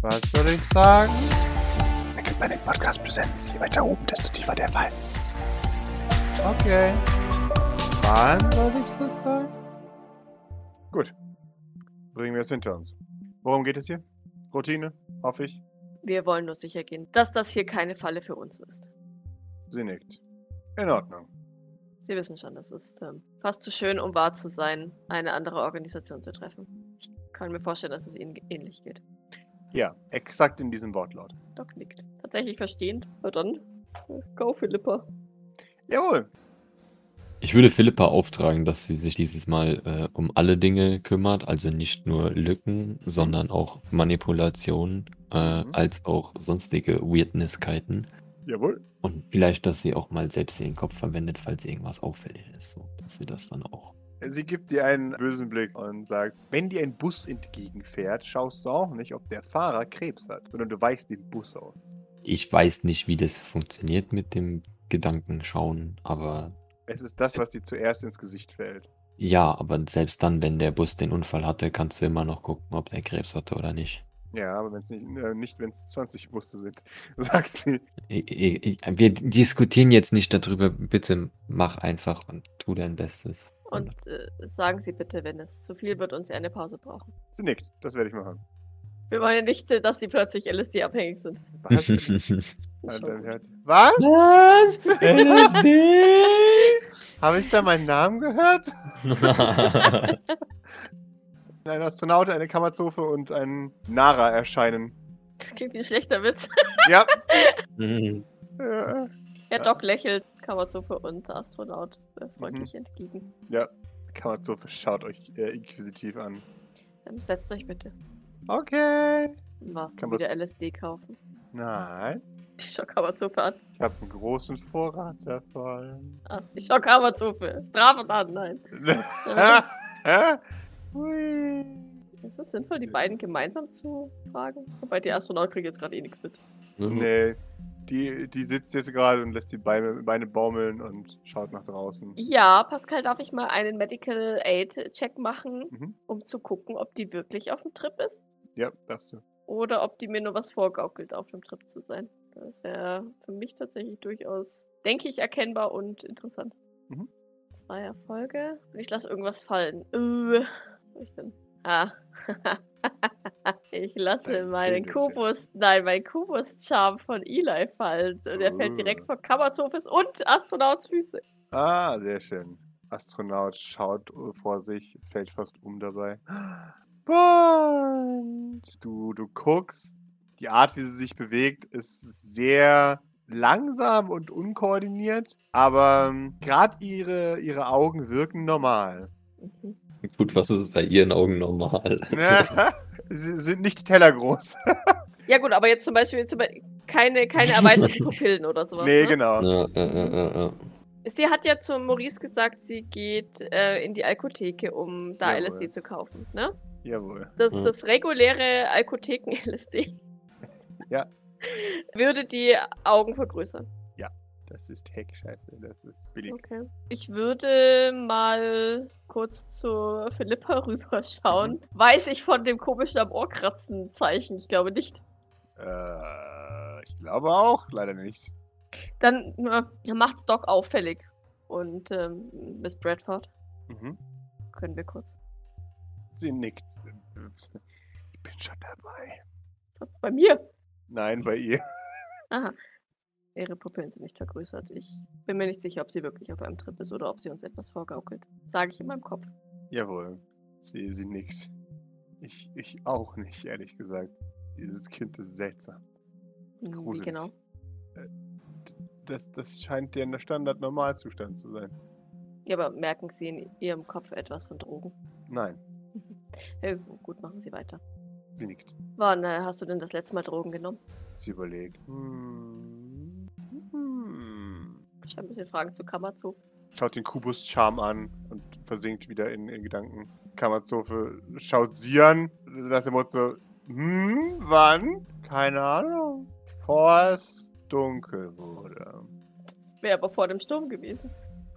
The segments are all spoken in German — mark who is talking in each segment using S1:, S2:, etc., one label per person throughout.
S1: Was soll ich sagen?
S2: Erkennt man den Podcast Präsenz. Je weiter oben, desto tiefer der Fall.
S1: Okay. Wann soll ich das sagen?
S2: Gut. Bringen wir es hinter uns. Worum geht es hier? Routine, hoffe ich.
S3: Wir wollen nur sicher gehen, dass das hier keine Falle für uns ist.
S2: Sie nickt. In Ordnung.
S3: Sie wissen schon, das ist ähm, fast zu schön, um wahr zu sein, eine andere Organisation zu treffen. Ich kann mir vorstellen, dass es Ihnen ähnlich geht.
S2: Ja, exakt in diesem Wortlaut.
S3: Doc nickt. Tatsächlich verstehend. Na dann, äh, go Philippa.
S2: Jawohl.
S4: Ich würde Philippa auftragen, dass sie sich dieses Mal äh, um alle Dinge kümmert, also nicht nur Lücken, sondern auch Manipulationen, äh,
S2: Mhm.
S4: als auch sonstige Weirdnesskeiten.
S2: Jawohl.
S4: Und vielleicht, dass sie auch mal selbst den Kopf verwendet, falls irgendwas auffällig ist. So, dass sie das dann auch.
S2: Sie gibt dir einen bösen Blick und sagt, wenn dir ein Bus entgegenfährt, schaust du auch nicht, ob der Fahrer Krebs hat, sondern du weichst den Bus aus.
S4: Ich weiß nicht, wie das funktioniert mit dem Gedankenschauen, aber
S2: Es ist
S3: Äh,
S2: das, was dir zuerst ins Gesicht fällt.
S4: ja, aber selbst dann, wenn der Bus den Unfall hatte, kannst du immer noch gucken, ob der Krebs hatte oder nicht.
S2: Ja, aber wenn es nicht, äh, nicht wenn es 20 Busse sind, sagt sie.
S4: Ich, ich, ich, wir diskutieren jetzt nicht darüber. Bitte mach einfach und tu dein Bestes.
S3: Und äh, sagen Sie bitte, wenn es zu viel wird und Sie eine Pause brauchen.
S2: Sie nickt, das werde ich machen.
S3: Wir wollen ja nicht, äh, dass Sie plötzlich LSD-abhängig sind.
S2: Was?
S3: Das ist
S2: Alter, wer
S3: schon gut.
S2: hat- Was?
S4: Was? LSD?
S2: Habe ich da meinen Namen gehört? Ein Astronaut, eine Kammerzofe und ein Nara erscheinen.
S3: Das klingt wie ein schlechter Witz.
S2: Ja. äh,
S3: Herr Doc lächelt, Kammerzofe und Astronaut äh, freundlich entgegen.
S2: ja. Kammerzofe schaut euch äh, inquisitiv an.
S3: Ähm, setzt euch bitte.
S2: Okay.
S3: Dann warst du
S2: Kammer-
S3: wieder LSD kaufen.
S2: Nein.
S3: Die Schockkammerzofe an.
S2: Ich habe einen großen Vorrat davon.
S3: Ah, die Schockkammerzofe. Strafen an, nein. Ähm,
S2: Ah.
S3: Äh,
S2: Hui.
S3: Ist es sinnvoll, die beiden gemeinsam zu fragen? Wobei die Astronaut kriegt jetzt gerade eh nichts mit.
S4: Mhm.
S2: nee, die, die sitzt jetzt gerade und lässt die Beine, Beine baumeln und schaut nach draußen.
S3: Ja, Pascal, darf ich mal einen Medical Aid Check machen,
S2: Mhm.
S3: um zu gucken, ob die wirklich auf dem Trip ist
S2: Ja, darfst du.
S3: oder ob die mir nur was vorgaukelt, auf dem Trip zu sein. Das wäre für mich tatsächlich durchaus, denke ich, erkennbar und interessant.
S2: Mhm.
S3: Zwei Erfolge und ich lasse irgendwas fallen. Äh, was soll ich denn? Ah. Ich lasse
S2: Dein
S3: meinen
S2: Penis, ja.
S3: Kubus, nein, mein Kubus-Charme von Eli fallen. Und er fällt direkt vor Kammerzofes und Astronauts Füße.
S2: Ah, sehr schön. Astronaut schaut vor sich, fällt fast um dabei. Bond! Du, du guckst, die Art, wie sie sich bewegt, ist sehr langsam und unkoordiniert, aber gerade ihre, ihre Augen wirken normal.
S3: Mhm.
S4: Gut, was ist bei ihren Augen normal?
S2: sie sind nicht tellergroß.
S3: Ja gut, aber jetzt zum Beispiel, jetzt zum Beispiel keine, keine erweiterten Pupillen oder sowas.
S2: nee,
S3: ne?
S2: genau.
S4: Ja, ja, ja, ja.
S3: Sie hat ja zu Maurice gesagt, sie geht äh, in die Alkotheke, um da
S2: Jawohl.
S3: LSD zu kaufen. Ne?
S2: Jawohl.
S3: Das,
S4: Mhm.
S3: das reguläre Alkotheken-LSD
S2: Ja.
S3: würde die Augen vergrößern.
S2: Das ist Heck-Scheiße, das ist billig.
S3: Okay. Ich würde mal kurz zu Philippa
S2: Mhm.
S3: rüberschauen. Weiß ich von dem komischen am Ohr kratzen Zeichen? Ich glaube nicht.
S2: Äh, ich glaube auch, leider nicht.
S3: Dann äh, macht's Doc auffällig. Und ähm, Miss Bradford,
S2: Mhm.
S3: können wir kurz.
S2: Sie nickt. Ich bin schon dabei.
S3: Bei mir?
S2: Nein, bei ihr.
S3: Aha. Ihre Pupillen sind nicht vergrößert. Ich bin mir nicht sicher, ob sie wirklich auf einem Trip ist oder ob sie uns etwas vorgaukelt. Sage ich in meinem Kopf. Hm,
S2: Jawohl. Sie, sie nickt. Ich, ich auch nicht, ehrlich gesagt. Dieses Kind ist seltsam.
S3: Hm, Wie
S2: Gruselig.
S3: genau?
S2: Äh, d- Das, das scheint der Standard-Normalzustand zu sein.
S3: Ja, aber merken Sie in Ihrem Kopf etwas von Drogen?
S2: Nein,
S3: Äh, gut, machen Sie weiter.
S2: sie nickt.
S3: Wann äh, hast du denn das letzte Mal Drogen genommen?
S2: Sie überlegt. Hm. Hm.
S3: Ich habe ein bisschen Fragen zu Kammerzof.
S2: Schaut den Kubus-Charme an und versinkt wieder in, in Gedanken. Kammerzofe schaut sie an. Nach dem Motto: Hm, wann? Keine Ahnung. Vor es dunkel wurde.
S3: Wäre aber vor dem Sturm gewesen.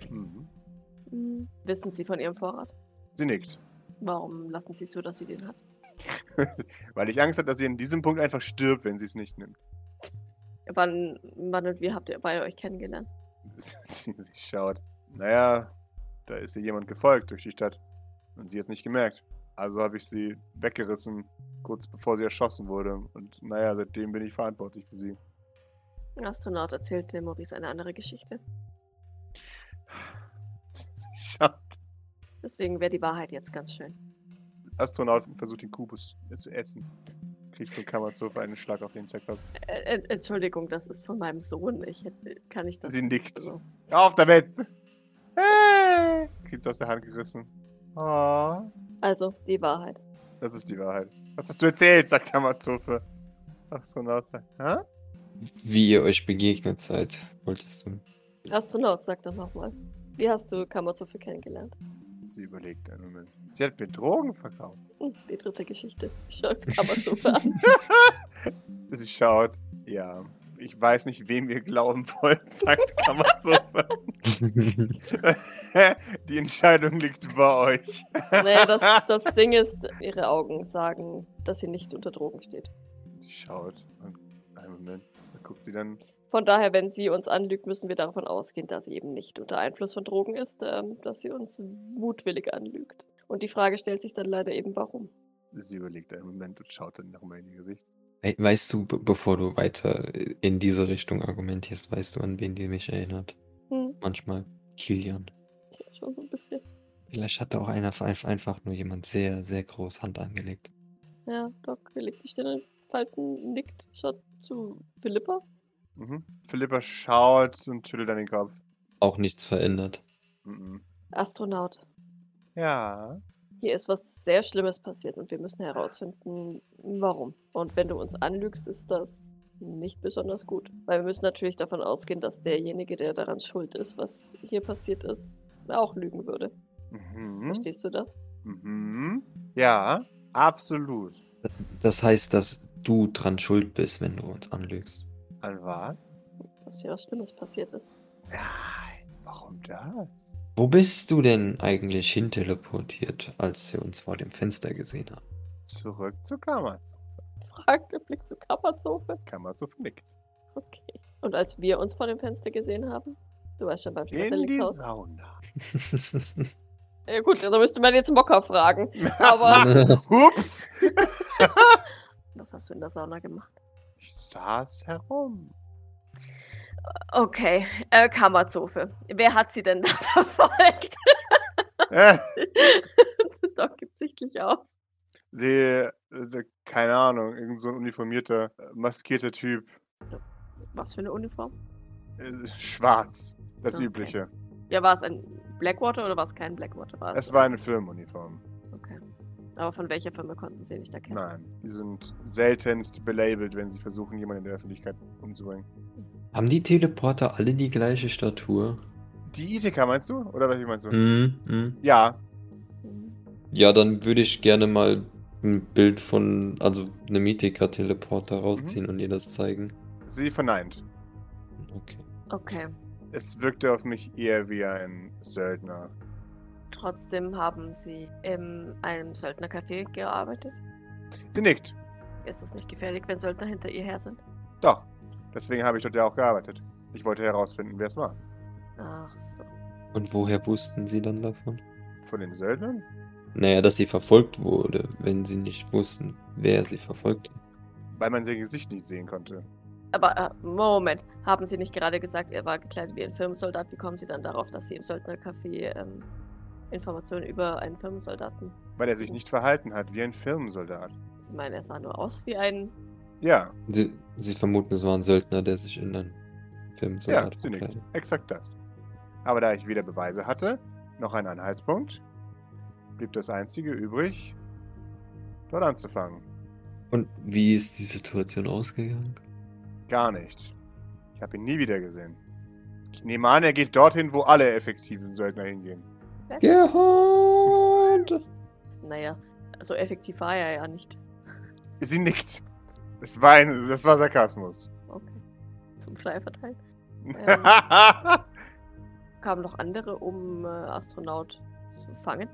S2: Hm.
S3: Hm. Wissen Sie von Ihrem Vorrat?
S2: Sie nickt.
S3: Warum lassen Sie zu, dass sie den hat?
S2: Weil ich Angst habe, dass sie in diesem Punkt einfach stirbt, wenn sie es nicht nimmt.
S3: Wann, wann und wie habt ihr beide euch kennengelernt?
S2: sie, sie schaut. Naja, da ist ihr jemand gefolgt durch die Stadt. Und sie hat es nicht gemerkt. Also habe ich sie weggerissen, kurz bevor sie erschossen wurde. Und naja, seitdem bin ich verantwortlich für sie.
S3: Ein Astronaut erzählte Maurice eine andere Geschichte.
S2: Sie schaut.
S3: Deswegen wäre die Wahrheit jetzt ganz schön.
S2: Astronaut versucht den Kubus zu essen. Kriegt von Kammersofa einen Schlag auf den Hinterkopf.
S3: Ä Ä- Äh, Entschuldigung, das ist von meinem Sohn. Ich hätte, kann ich das.
S2: Sie nickt.
S3: Also,
S2: Auf damit! Hey! Kriegt's aus der Hand gerissen.
S1: Oh.
S3: also, die Wahrheit.
S2: Das ist die Wahrheit. Was hast du erzählt, sagt Kammerzofe. Astronaut sagt, hä?
S4: Wie ihr euch begegnet seid, wolltest du.
S3: Astronaut, sag doch nochmal. Wie hast du Kammerzofe kennengelernt?
S2: Sie überlegt einen Moment. Sie hat mir Drogen verkauft.
S3: Hm, Die dritte Geschichte. Schaut Kammerzofe an.
S2: Sie schaut, ja, ich weiß nicht, wem ihr glauben wollt, sagt Kammerzofe. die Entscheidung liegt bei euch.
S3: Naja, das, das Ding ist, ihre Augen sagen, dass sie nicht unter Drogen steht.
S2: Sie schaut und einen Moment. Da guckt sie dann.
S3: Von daher, wenn sie uns anlügt, müssen wir davon ausgehen, dass sie eben nicht unter Einfluss von Drogen ist, ähm, dass sie uns mutwillig anlügt. Und die Frage stellt sich dann leider eben, warum.
S2: Sie überlegt einen Moment und schaut dann nochmal in ihr Gesicht.
S4: We- Weißt du, be- bevor du weiter in diese Richtung argumentierst, weißt du, an wen die mich erinnert?
S3: Hm,
S4: Manchmal Kilian.
S3: tja, schon so ein bisschen.
S4: Vielleicht hat da auch einer einf- einfach nur jemand sehr, sehr groß Hand angelegt.
S3: Ja, Doc legt die Stirn in Falten, nickt, schaut zu Philippa.
S2: Mhm. Philippa schaut und schüttelt dann den Kopf.
S4: Auch nichts verändert.
S2: Mhm.
S3: Astronaut,
S2: Ja.
S3: hier ist was sehr Schlimmes passiert und wir müssen herausfinden, warum. Und wenn du uns anlügst, ist das nicht besonders gut. Weil wir müssen natürlich davon ausgehen, dass derjenige, der daran schuld ist, was hier passiert ist, auch lügen würde.
S2: Mhm.
S3: Verstehst du das?
S2: Mhm. Ja, absolut.
S4: Das heißt, dass du dran schuld bist, wenn du uns anlügst.
S2: An was?
S3: Dass hier was Schlimmes passiert ist.
S2: Nein. Warum das?
S4: Wo bist du denn eigentlich hinteleportiert, als wir uns vor dem Fenster gesehen haben?
S2: Zurück zu Kammerzofe.
S3: Fragt der Blick zu Kapperzofe.
S2: Kammerzofe nickt.
S3: Okay. Und als wir uns vor dem Fenster gesehen haben, du weißt schon beim
S2: In die
S3: Schmetterlingshaus.
S2: Sauna.
S3: Ja, gut, da müsste man jetzt Mocker fragen. Aber
S4: Ah!
S2: Ups!
S3: was hast du in der Sauna gemacht?
S2: Ich saß herum.
S3: Okay, äh, Kammerzofe. Wer hat sie denn da verfolgt?
S2: Äh,
S3: Doc gibt sichtlich auf.
S2: sie, äh, keine Ahnung, irgend so ein uniformierter, äh, maskierter Typ.
S3: Was für eine Uniform?
S2: Äh, schwarz. Das
S3: Okay.
S2: Übliche.
S3: Ja, war es ein Blackwater oder war es kein Blackwater? War es,
S2: Es war eine Firmenuniform.
S3: Okay. Aber von welcher Firma konnten sie nicht erkennen?
S2: Nein, die sind seltenst belabelt, wenn sie versuchen, jemanden in der Öffentlichkeit umzubringen.
S4: haben die Teleporter alle die gleiche Statur?
S2: Die ITK meinst du? Oder was meinst du?
S4: Mhm, mhm.
S2: Ja,
S3: Hm.
S4: Ja, dann würde ich gerne mal ein Bild von, also eine Mythica-Teleporter rausziehen und ihr das zeigen.
S2: sie verneint.
S4: Okay.
S3: Okay.
S2: Es wirkte auf mich eher wie ein Söldner.
S3: Trotzdem haben sie in einem Söldnercafé gearbeitet.
S2: Sie nickt.
S3: Ist das nicht gefährlich, wenn Söldner hinter ihr her sind?
S2: Doch. Deswegen habe ich dort ja auch gearbeitet. Ich wollte herausfinden, wer es war.
S3: Ach so.
S4: Und woher wussten sie dann davon?
S2: Von den Söldnern?
S4: Naja, dass sie verfolgt wurde, wenn sie nicht wussten, wer sie verfolgt hat.
S2: Weil man sein Gesicht nicht sehen konnte.
S3: Aber äh, Moment, haben Sie nicht gerade gesagt, er war gekleidet wie ein Firmensoldat? Wie kommen Sie dann darauf, dass Sie im Söldnercafé ähm, Informationen über einen Firmensoldaten?
S2: Weil er sich nicht verhalten hat wie ein Firmensoldat.
S3: Ich meine, er sah nur aus wie ein.
S2: Ja,
S4: Sie, sie vermuten, es war ein Söldner, der sich in einen Film so
S2: ja, sie nickt. Exakt das. Aber da ich weder Beweise hatte, noch einen Anhaltspunkt, blieb das Einzige übrig, dort anzufangen.
S4: Und wie ist die Situation ausgegangen?
S2: Gar nicht. Ich habe ihn nie wieder gesehen. Ich nehme an, er geht dorthin, wo alle effektiven Söldner hingehen.
S4: Geholt!
S3: Naja, so effektiv war er ja nicht.
S2: Sie nickt. Das war, ein, das war Sarkasmus.
S3: Okay. Zum Flyer verteilen.
S2: Ja.
S3: Kamen noch andere, um äh, Astronaut zu fangen?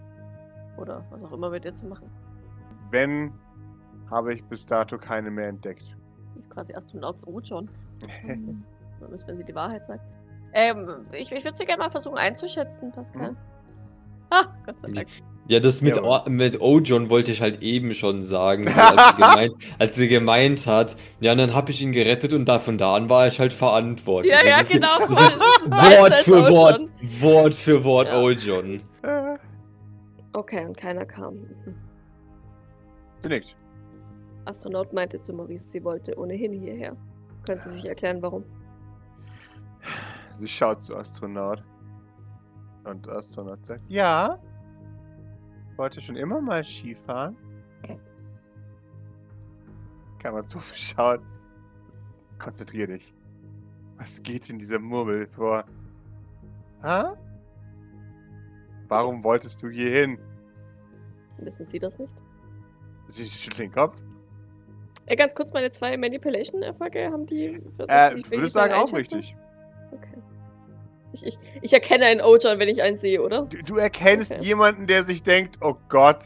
S3: Oder was auch immer mit ihr zu machen.
S2: Wenn habe ich bis dato keine mehr entdeckt.
S3: ist quasi Astronaut zu gut schon. Zumindest wenn sie die Wahrheit sagt. Ähm, ich, ich würde sie gerne mal versuchen einzuschätzen, Pascal. Ah, Gott sei Dank.
S4: Ja, das mit,
S2: Jawohl.
S4: o mit Ojon wollte ich halt eben schon sagen, so als, sie gemeint, als sie gemeint hat, ja, und dann habe ich ihn gerettet und da von da an war ich halt verantwortlich.
S3: Ja,
S4: Das
S3: ja,
S4: ist
S3: genau.
S4: das ist
S3: eins
S4: Wort
S3: als
S4: für
S3: Ojon.
S4: Wort, Wort für Wort
S3: Ja.
S4: Ojon.
S2: Äh,
S3: Okay, und keiner kam. Mhm.
S2: sie nickt.
S3: Astronaut meinte zu Maurice, sie wollte ohnehin hierher. Können Sie sich erklären, warum?
S2: Sie schaut zu Astronaut. Und Astronaut sagt,
S1: Ja.
S2: wollte schon immer mal Skifahren. Kann man so viel schauen. Konzentrier dich. Was geht in dieser Murmel vor? Ha? Warum wolltest du hier hin?
S3: Wissen Sie das nicht?
S2: Sie schüttelt den Kopf.
S3: Äh, ganz kurz, meine zwei Manipulation-Erfolge haben die. für das,
S2: Äh,
S3: wie
S2: ich
S3: will
S2: würde
S3: die
S2: sagen,
S3: dann
S2: auch
S3: einschätzen?
S2: richtig.
S3: Okay. Ich, ich, ich erkenne einen Ojon, wenn ich einen sehe, oder?
S2: Du, du erkennst
S3: Okay.
S2: jemanden, der sich denkt, oh Gott.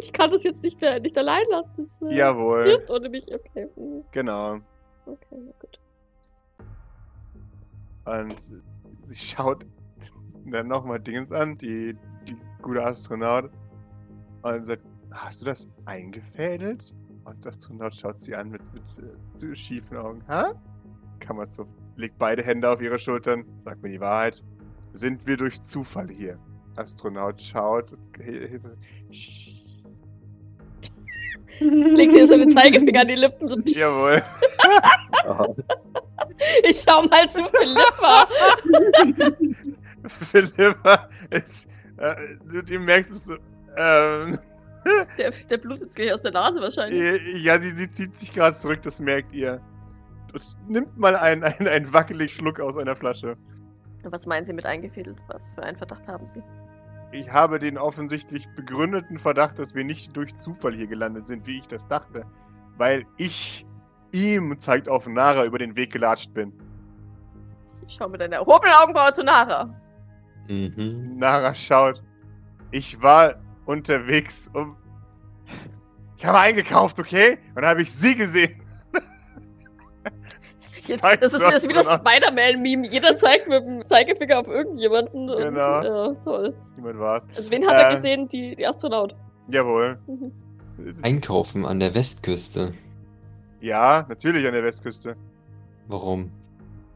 S3: Ich kann das jetzt nicht mehr nicht allein lassen. Das äh,
S2: Jawohl.
S3: stirbt ohne mich. Okay. mhm.
S2: Genau.
S3: Okay, na gut.
S2: Und sie schaut dann nochmal Dingens an, die, die gute Astronaut, und sagt, hast du das eingefädelt? Und der Astronaut schaut sie an mit, mit äh, zu schiefen Augen. Ha? Kann man so. Legt beide Hände auf ihre Schultern, sagt mir die Wahrheit. Sind wir durch Zufall hier? Astronaut schaut.
S3: Legst dir so den Zeigefinger an die Lippen. So, psch.
S2: Jawohl.
S3: Ich schau mal zu Philippa.
S2: Philippa ist. Äh, du, du merkst es so. Ähm,
S3: Der, der blutet gleich aus der Nase wahrscheinlich.
S2: Äh, Ja, sie, sie zieht sich gerade zurück, das merkt ihr. Das nimmt mal einen, einen, einen wackeligen Schluck aus einer Flasche.
S3: Was meinen Sie mit eingefädelt? Was für einen Verdacht haben Sie?
S2: Ich habe den offensichtlich begründeten Verdacht, dass wir nicht durch Zufall hier gelandet sind, wie ich das dachte. Weil ich ihm, zeigt auf Nara, über den Weg gelatscht bin.
S3: Ich schau mit deiner erhobenen Augenbraue zu Nara.
S4: Mhm.
S2: Nara schaut. Ich war unterwegs, um. Ich habe eingekauft, okay? Und habe ich sie gesehen.
S3: Jetzt,
S2: Zeigt
S3: das ist, das ist wie das
S2: Astronaut.
S3: Spider-Man-Meme. Jeder zeigt mit dem Zeigefinger auf irgendjemanden. Und,
S2: Genau.
S3: ja, toll.
S2: Niemand war's.
S3: Also wen hat er
S2: Äh.
S3: gesehen? Die, die Astronaut.
S2: Jawohl.
S3: Mhm.
S4: Einkaufen an der Westküste.
S2: Ja, natürlich an der Westküste.
S4: Warum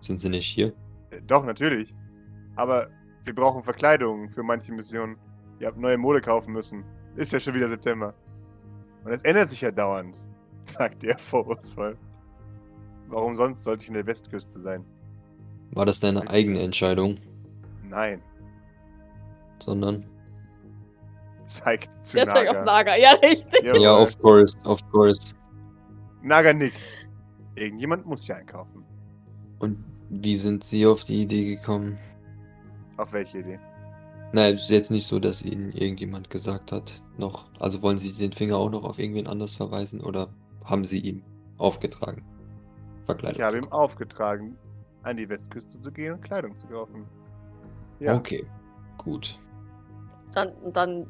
S4: sind sie nicht hier?
S2: Äh, Doch, natürlich. Aber wir brauchen Verkleidung für manche Missionen. Ihr habt neue Mode kaufen müssen. Ist ja schon wieder September. Und es ändert sich ja dauernd, sagt er vorwurfsvoll. Warum sonst sollte ich in der Westküste sein?
S4: War das deine
S2: Zeig-
S4: eigene Entscheidung?
S2: Nein,
S4: Sondern?
S2: zeigt zu
S3: Der zeigt
S2: Naga.
S3: auf Naga. Ja, richtig.
S2: Jawohl.
S4: Ja, of course, of course.
S2: Naga nickt. Irgendjemand muss ja einkaufen.
S4: Und wie sind sie auf die Idee gekommen?
S2: Auf welche Idee?
S4: Nein, es ist jetzt nicht so, dass ihnen irgendjemand gesagt hat, noch. Also wollen sie den Finger auch noch auf irgendwen anders verweisen oder haben sie ihm aufgetragen? Verkleidung.
S2: Ich habe
S4: zu
S2: ihm
S4: kaufen?
S2: aufgetragen, an die Westküste zu gehen und Kleidung zu kaufen. Ja,
S4: Okay, gut.
S3: Dann, und dann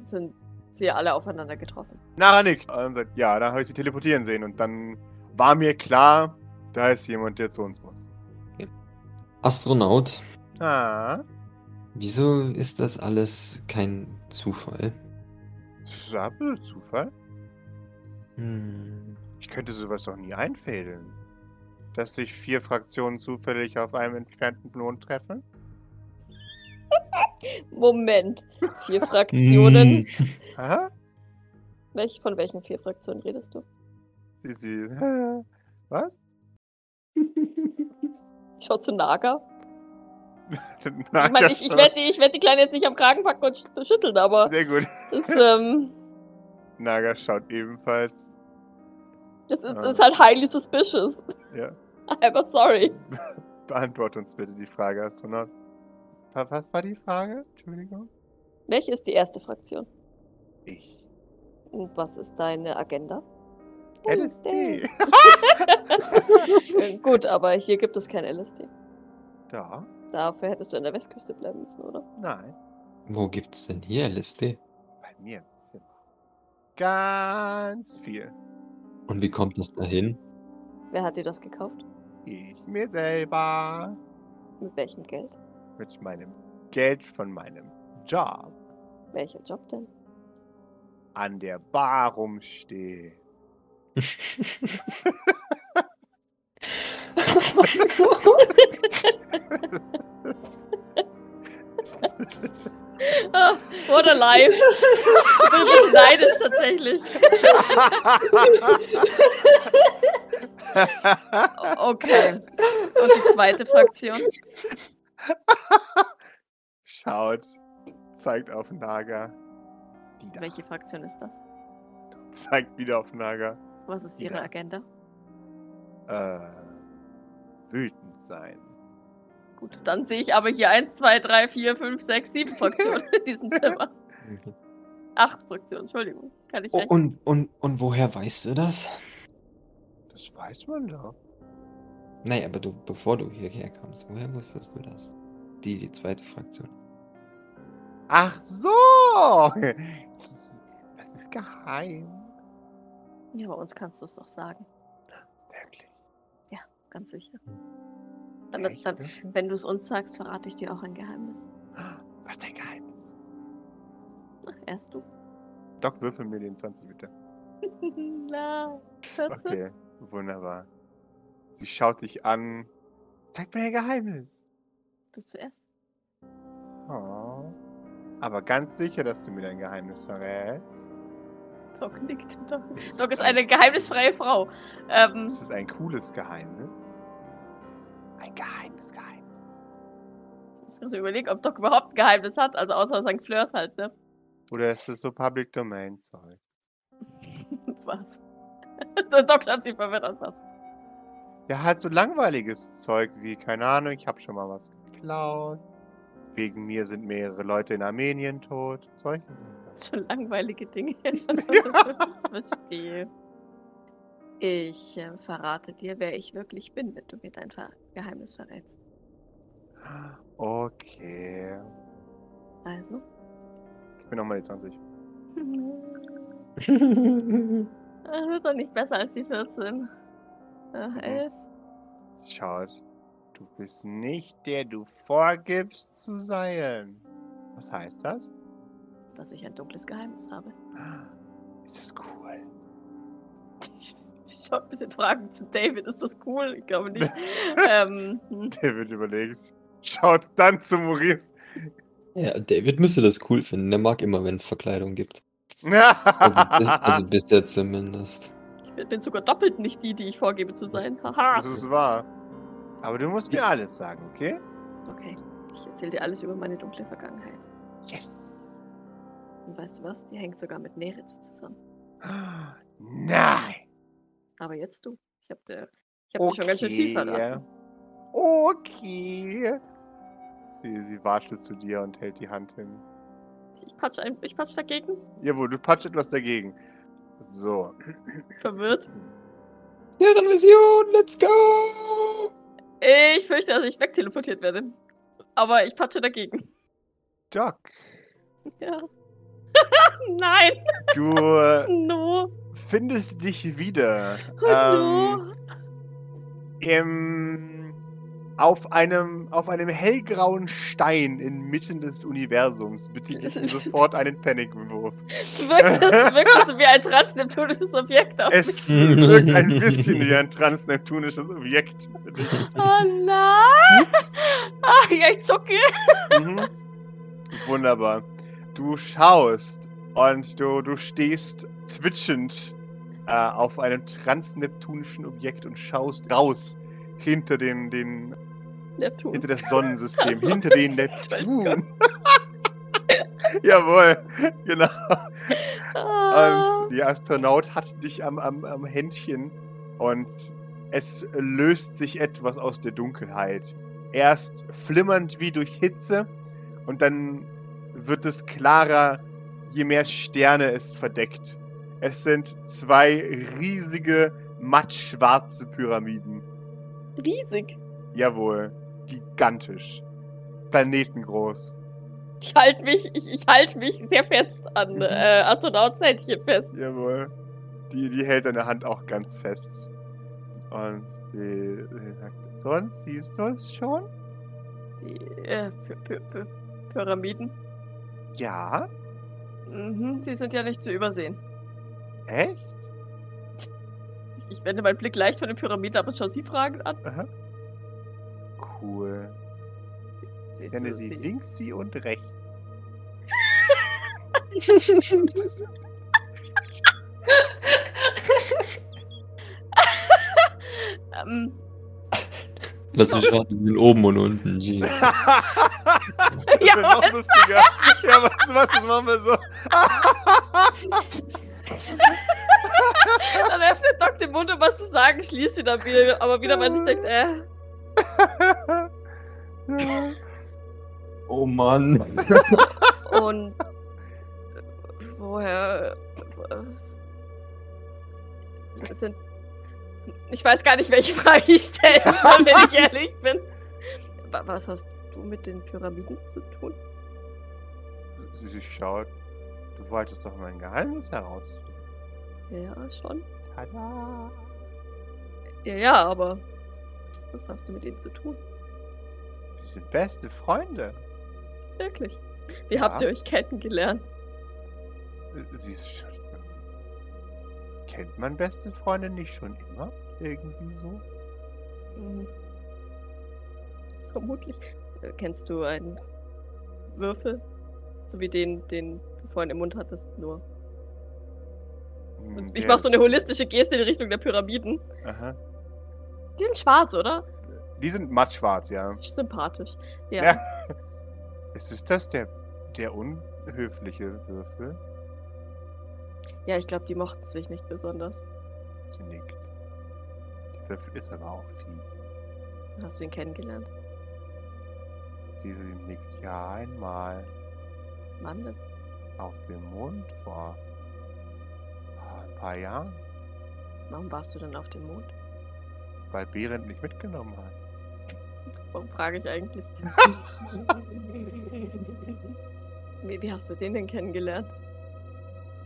S3: sind sie alle aufeinander getroffen.
S2: Nara nickt und sagt, ja, da habe ich sie teleportieren sehen und dann war mir klar, da ist jemand, der zu uns muss.
S4: Astronaut,
S2: Ah,
S4: wieso ist das alles kein Zufall?
S2: das ist ein absoluter Zufall.
S4: Hm.
S2: Ich könnte sowas doch nie einfädeln. Dass sich vier Fraktionen zufällig auf einem entfernten Mond treffen?
S3: Moment. Vier Fraktionen.
S4: Hm.
S2: Aha,
S3: Welch, von welchen vier Fraktionen redest du?
S2: sie, sie, was?
S3: Ich schau zu Naga.
S2: Naga
S3: ich meine, ich, ich
S2: schaut-
S3: werde die, ich werd die Kleine jetzt nicht am Kragen packen und schü- schütteln, aber
S2: Sehr gut.
S3: es, ähm,
S2: Naga schaut ebenfalls.
S3: es, ist- es
S2: Ja.
S3: ist halt highly suspicious.
S2: Ja.
S3: Aber sorry.
S2: Beantworte uns bitte die Frage, Astronaut.
S1: Wa- Was war die Frage? Entschuldigung.
S3: Welche ist die erste Fraktion?
S2: Ich.
S3: Und was ist deine Agenda?
S2: LSD.
S3: Äh, Gut, aber hier gibt es kein LSD.
S2: Da?
S3: Dafür hättest du an der Westküste bleiben müssen, oder?
S2: Nein.
S4: Wo gibt's denn hier LSD?
S2: Bei mir im Zimmer. Ganz viel.
S4: Und wie kommt das dahin?
S3: Wer hat dir das gekauft?
S2: Ich mir selber.
S3: Mit welchem Geld?
S2: Mit meinem Geld von meinem Job
S3: Welcher Job denn?
S2: an der Bar rumstehe.
S3: Ah, What a life. Ich bin ein bisschen neidisch tatsächlich. O- Okay. Und die zweite Fraktion?
S2: Schaut, zeigt auf Naga. Die da.
S3: Welche Fraktion ist das?
S2: Zeigt wieder auf Naga.
S3: Was ist ihre
S2: Ja.
S3: Agenda?
S2: Äh, wütend sein.
S3: Gut, dann sehe ich aber hier 1, 2, 3, 4, 5, 6, 7 Fraktionen in diesem Zimmer. Acht Fraktionen, Entschuldigung. Kann ich rechnen?
S4: Oh, und, und, und woher weißt du das?
S2: Das weiß man doch.
S4: Naja, aber du, bevor du hierher kamst, woher wusstest du das? Die, die zweite Fraktion.
S2: Ach so! Das ist geheim.
S3: Ja, bei uns kannst du es doch sagen.
S2: Wirklich.
S3: Ganz sicher. Dann, dann,
S2: Echt? ne?
S3: wenn du es uns sagst, verrate ich dir auch ein Geheimnis.
S2: Was dein Geheimnis?
S3: Ach, erst du.
S2: Doc, würfel mir den 20 bitte.
S3: Na, 14.
S2: Okay, wunderbar. Sie schaut dich an. Zeig mir dein Geheimnis.
S3: Du zuerst.
S2: Oh. Aber ganz sicher, dass du mir dein Geheimnis verrätst.
S3: Doc nickt. Doc,
S2: Es
S3: Doc ist
S2: ein-
S3: eine geheimnisfreie Frau. Ähm,
S2: Es ist ein cooles Geheimnis. Ein geheimes Geheimnis.
S3: ich muss gerade so überlegen, ob Doc überhaupt ein Geheimnis hat. Also außer St. Fleurs halt, ne?
S2: Oder ist es so Public Domain Zeug?
S3: Was? Der Doc hat sich verwirrt an was.
S2: Ja, halt so langweiliges Zeug wie, keine Ahnung, ich habe schon mal was geklaut. Wegen mir sind mehrere Leute in Armenien tot. Solche Sachen.
S3: So langweilige Dinge. Verstehe. Ich äh, verrate dir, wer ich wirklich bin, wenn du mir dein Ver Geheimnis verrätst.
S2: Okay.
S3: Also.
S2: Gib mir nochmal die 20.
S3: Das wird doch nicht besser als die 14. Ach, 11.
S2: Sie schaut. Du bist nicht der du vorgibst zu sein. Was heißt das? Ah,
S3: Dass ich ein dunkles Geheimnis habe.
S2: Ist das cool?
S3: Ich schaue ein bisschen Fragen zu David. Ist das cool? Ich glaube nicht. ähm, hm.
S2: David überlegt. Schaut dann zu Maurice.
S4: Ja, David müsste das cool finden. Der mag immer, wenn Verkleidung gibt. Also, bis, also
S2: das
S4: bisher zumindest.
S3: ich bin- bin sogar doppelt nicht die, die ich vorgebe zu sein. Haha.
S2: ist wahr. Aber du musst mir alles sagen, okay?
S3: Okay. Ich erzähle dir alles über meine dunkle Vergangenheit.
S2: Yes.
S3: Und weißt du was? Die hängt sogar mit Neritz zusammen.
S2: Nein.
S3: Aber jetzt du. Ich habe dir, ich hab dir schon ganz schön viel verraten.
S2: Okay. Sie, sie watschelt zu dir und hält die Hand hin.
S3: Ich patsch, ein, ich patsch dagegen.
S2: Jawohl, du patschst etwas dagegen. So.
S3: Verwirrt.
S4: Ja, dann Vision, let's go!
S3: Ich fürchte, dass ich wegteleportiert werde. Aber ich patsche dagegen.
S2: Doc,
S3: Ja. Nein,
S2: du äh,
S3: no.
S2: findest dich wieder ähm,
S3: no.
S2: im, auf, einem, auf einem hellgrauen Stein inmitten des Universums. Bitte gib mir sofort einen Panikwurf.
S3: Wirkt das, wirkt das wie ein transneptunisches Objekt auf mich?
S2: Es wirkt ein bisschen wie ein transneptunisches Objekt. für dich.
S3: Oh nein! Ah, ja, ich zucke.
S2: Mhm. Wunderbar. Du schaust und du, du stehst zwitschend äh, auf einem transneptunischen Objekt und schaust raus hinter den, den
S3: Neptun.
S2: hinter das Sonnensystem,
S3: Also,
S2: hinter den Neptun. Jawohl, genau.
S3: Ah.
S2: Und die Astronaut hat dich am, am, am Händchen und es löst sich etwas aus der Dunkelheit. Erst flimmernd wie durch Hitze und dann wird es klarer, je mehr Sterne es verdeckt. Es sind zwei riesige, mattschwarze Pyramiden.
S3: Riesig.
S2: Jawohl, gigantisch. Planetengroß.
S3: Ich halte mich, ich, ich halte mich sehr fest an äh, Astronautenzähnchen fest.
S2: Jawohl. Die, die hält deine Hand auch ganz fest. Und die, die sagt, sonst siehst du es schon?
S3: Die äh, Py- Py- Py- Pyramiden.
S2: Ja.
S3: Mhm, sie sind ja nicht zu übersehen.
S2: Echt?
S3: Ich- Ich wende meinen Blick leicht von den Pyramiden ab und schaue sie Fragen an.
S2: Cool.
S3: Siehst
S2: Kenne
S3: du
S2: sie
S3: sie?
S2: links, sie und rechts.
S3: Ähm,
S4: Lass mich raten, die sind oben und unten. Jeez.
S2: Das
S3: ja,
S2: wird noch
S3: was?
S2: lustiger. Ja, was, was, das machen wir so.
S3: Dann öffnet Doc den Mund, um was zu sagen, schließt ihn dann wieder, aber wieder, weil sich denkt, äh,
S2: Ja.
S5: Oh Mann.
S3: und woher äh, s- sind. Ich weiß gar nicht, welche Frage ich stellen soll, wenn ich ehrlich bin. Wa- Was hast du mit den Pyramiden zu tun?
S2: Sie, sie schaut. Du wolltest doch mein Geheimnis heraus.
S3: Ja, schon.
S2: Tada.
S3: Ja, ja, aber was, was hast du mit ihnen zu tun?
S2: Wir sind beste Freunde.
S3: Wirklich. Wie
S2: Ja.
S3: habt ihr euch kennengelernt?
S2: Sie ist schon, kennt man beste Freunde nicht schon immer irgendwie so?
S3: Mhm. Vermutlich. Äh, Kennst du einen Würfel? So wie den, den du vorhin im Mund hattest, nur.
S2: Hm,
S3: Ich
S2: der
S3: mach so
S2: ist-
S3: eine holistische Geste in Richtung der Pyramiden.
S2: Aha.
S3: Die sind schwarz, oder?
S2: Die sind mattschwarz, ja.
S3: Sympathisch. Ja.
S2: Ja. Ist es das der der unhöfliche Würfel?
S3: Ja, ich glaube, die mochten sich nicht besonders.
S2: Sie nickt. Der Würfel ist aber auch fies.
S3: Hast du ihn kennengelernt?
S2: Sie, sie nickt ja einmal
S3: Mann, ne? das-
S2: auf dem Mond vor ah, ein paar Jahren,
S3: warum warst du denn auf dem Mond?
S2: weil Behrend nicht mitgenommen hat.
S3: Warum frage ich eigentlich? wie, wie hast du den denn kennengelernt?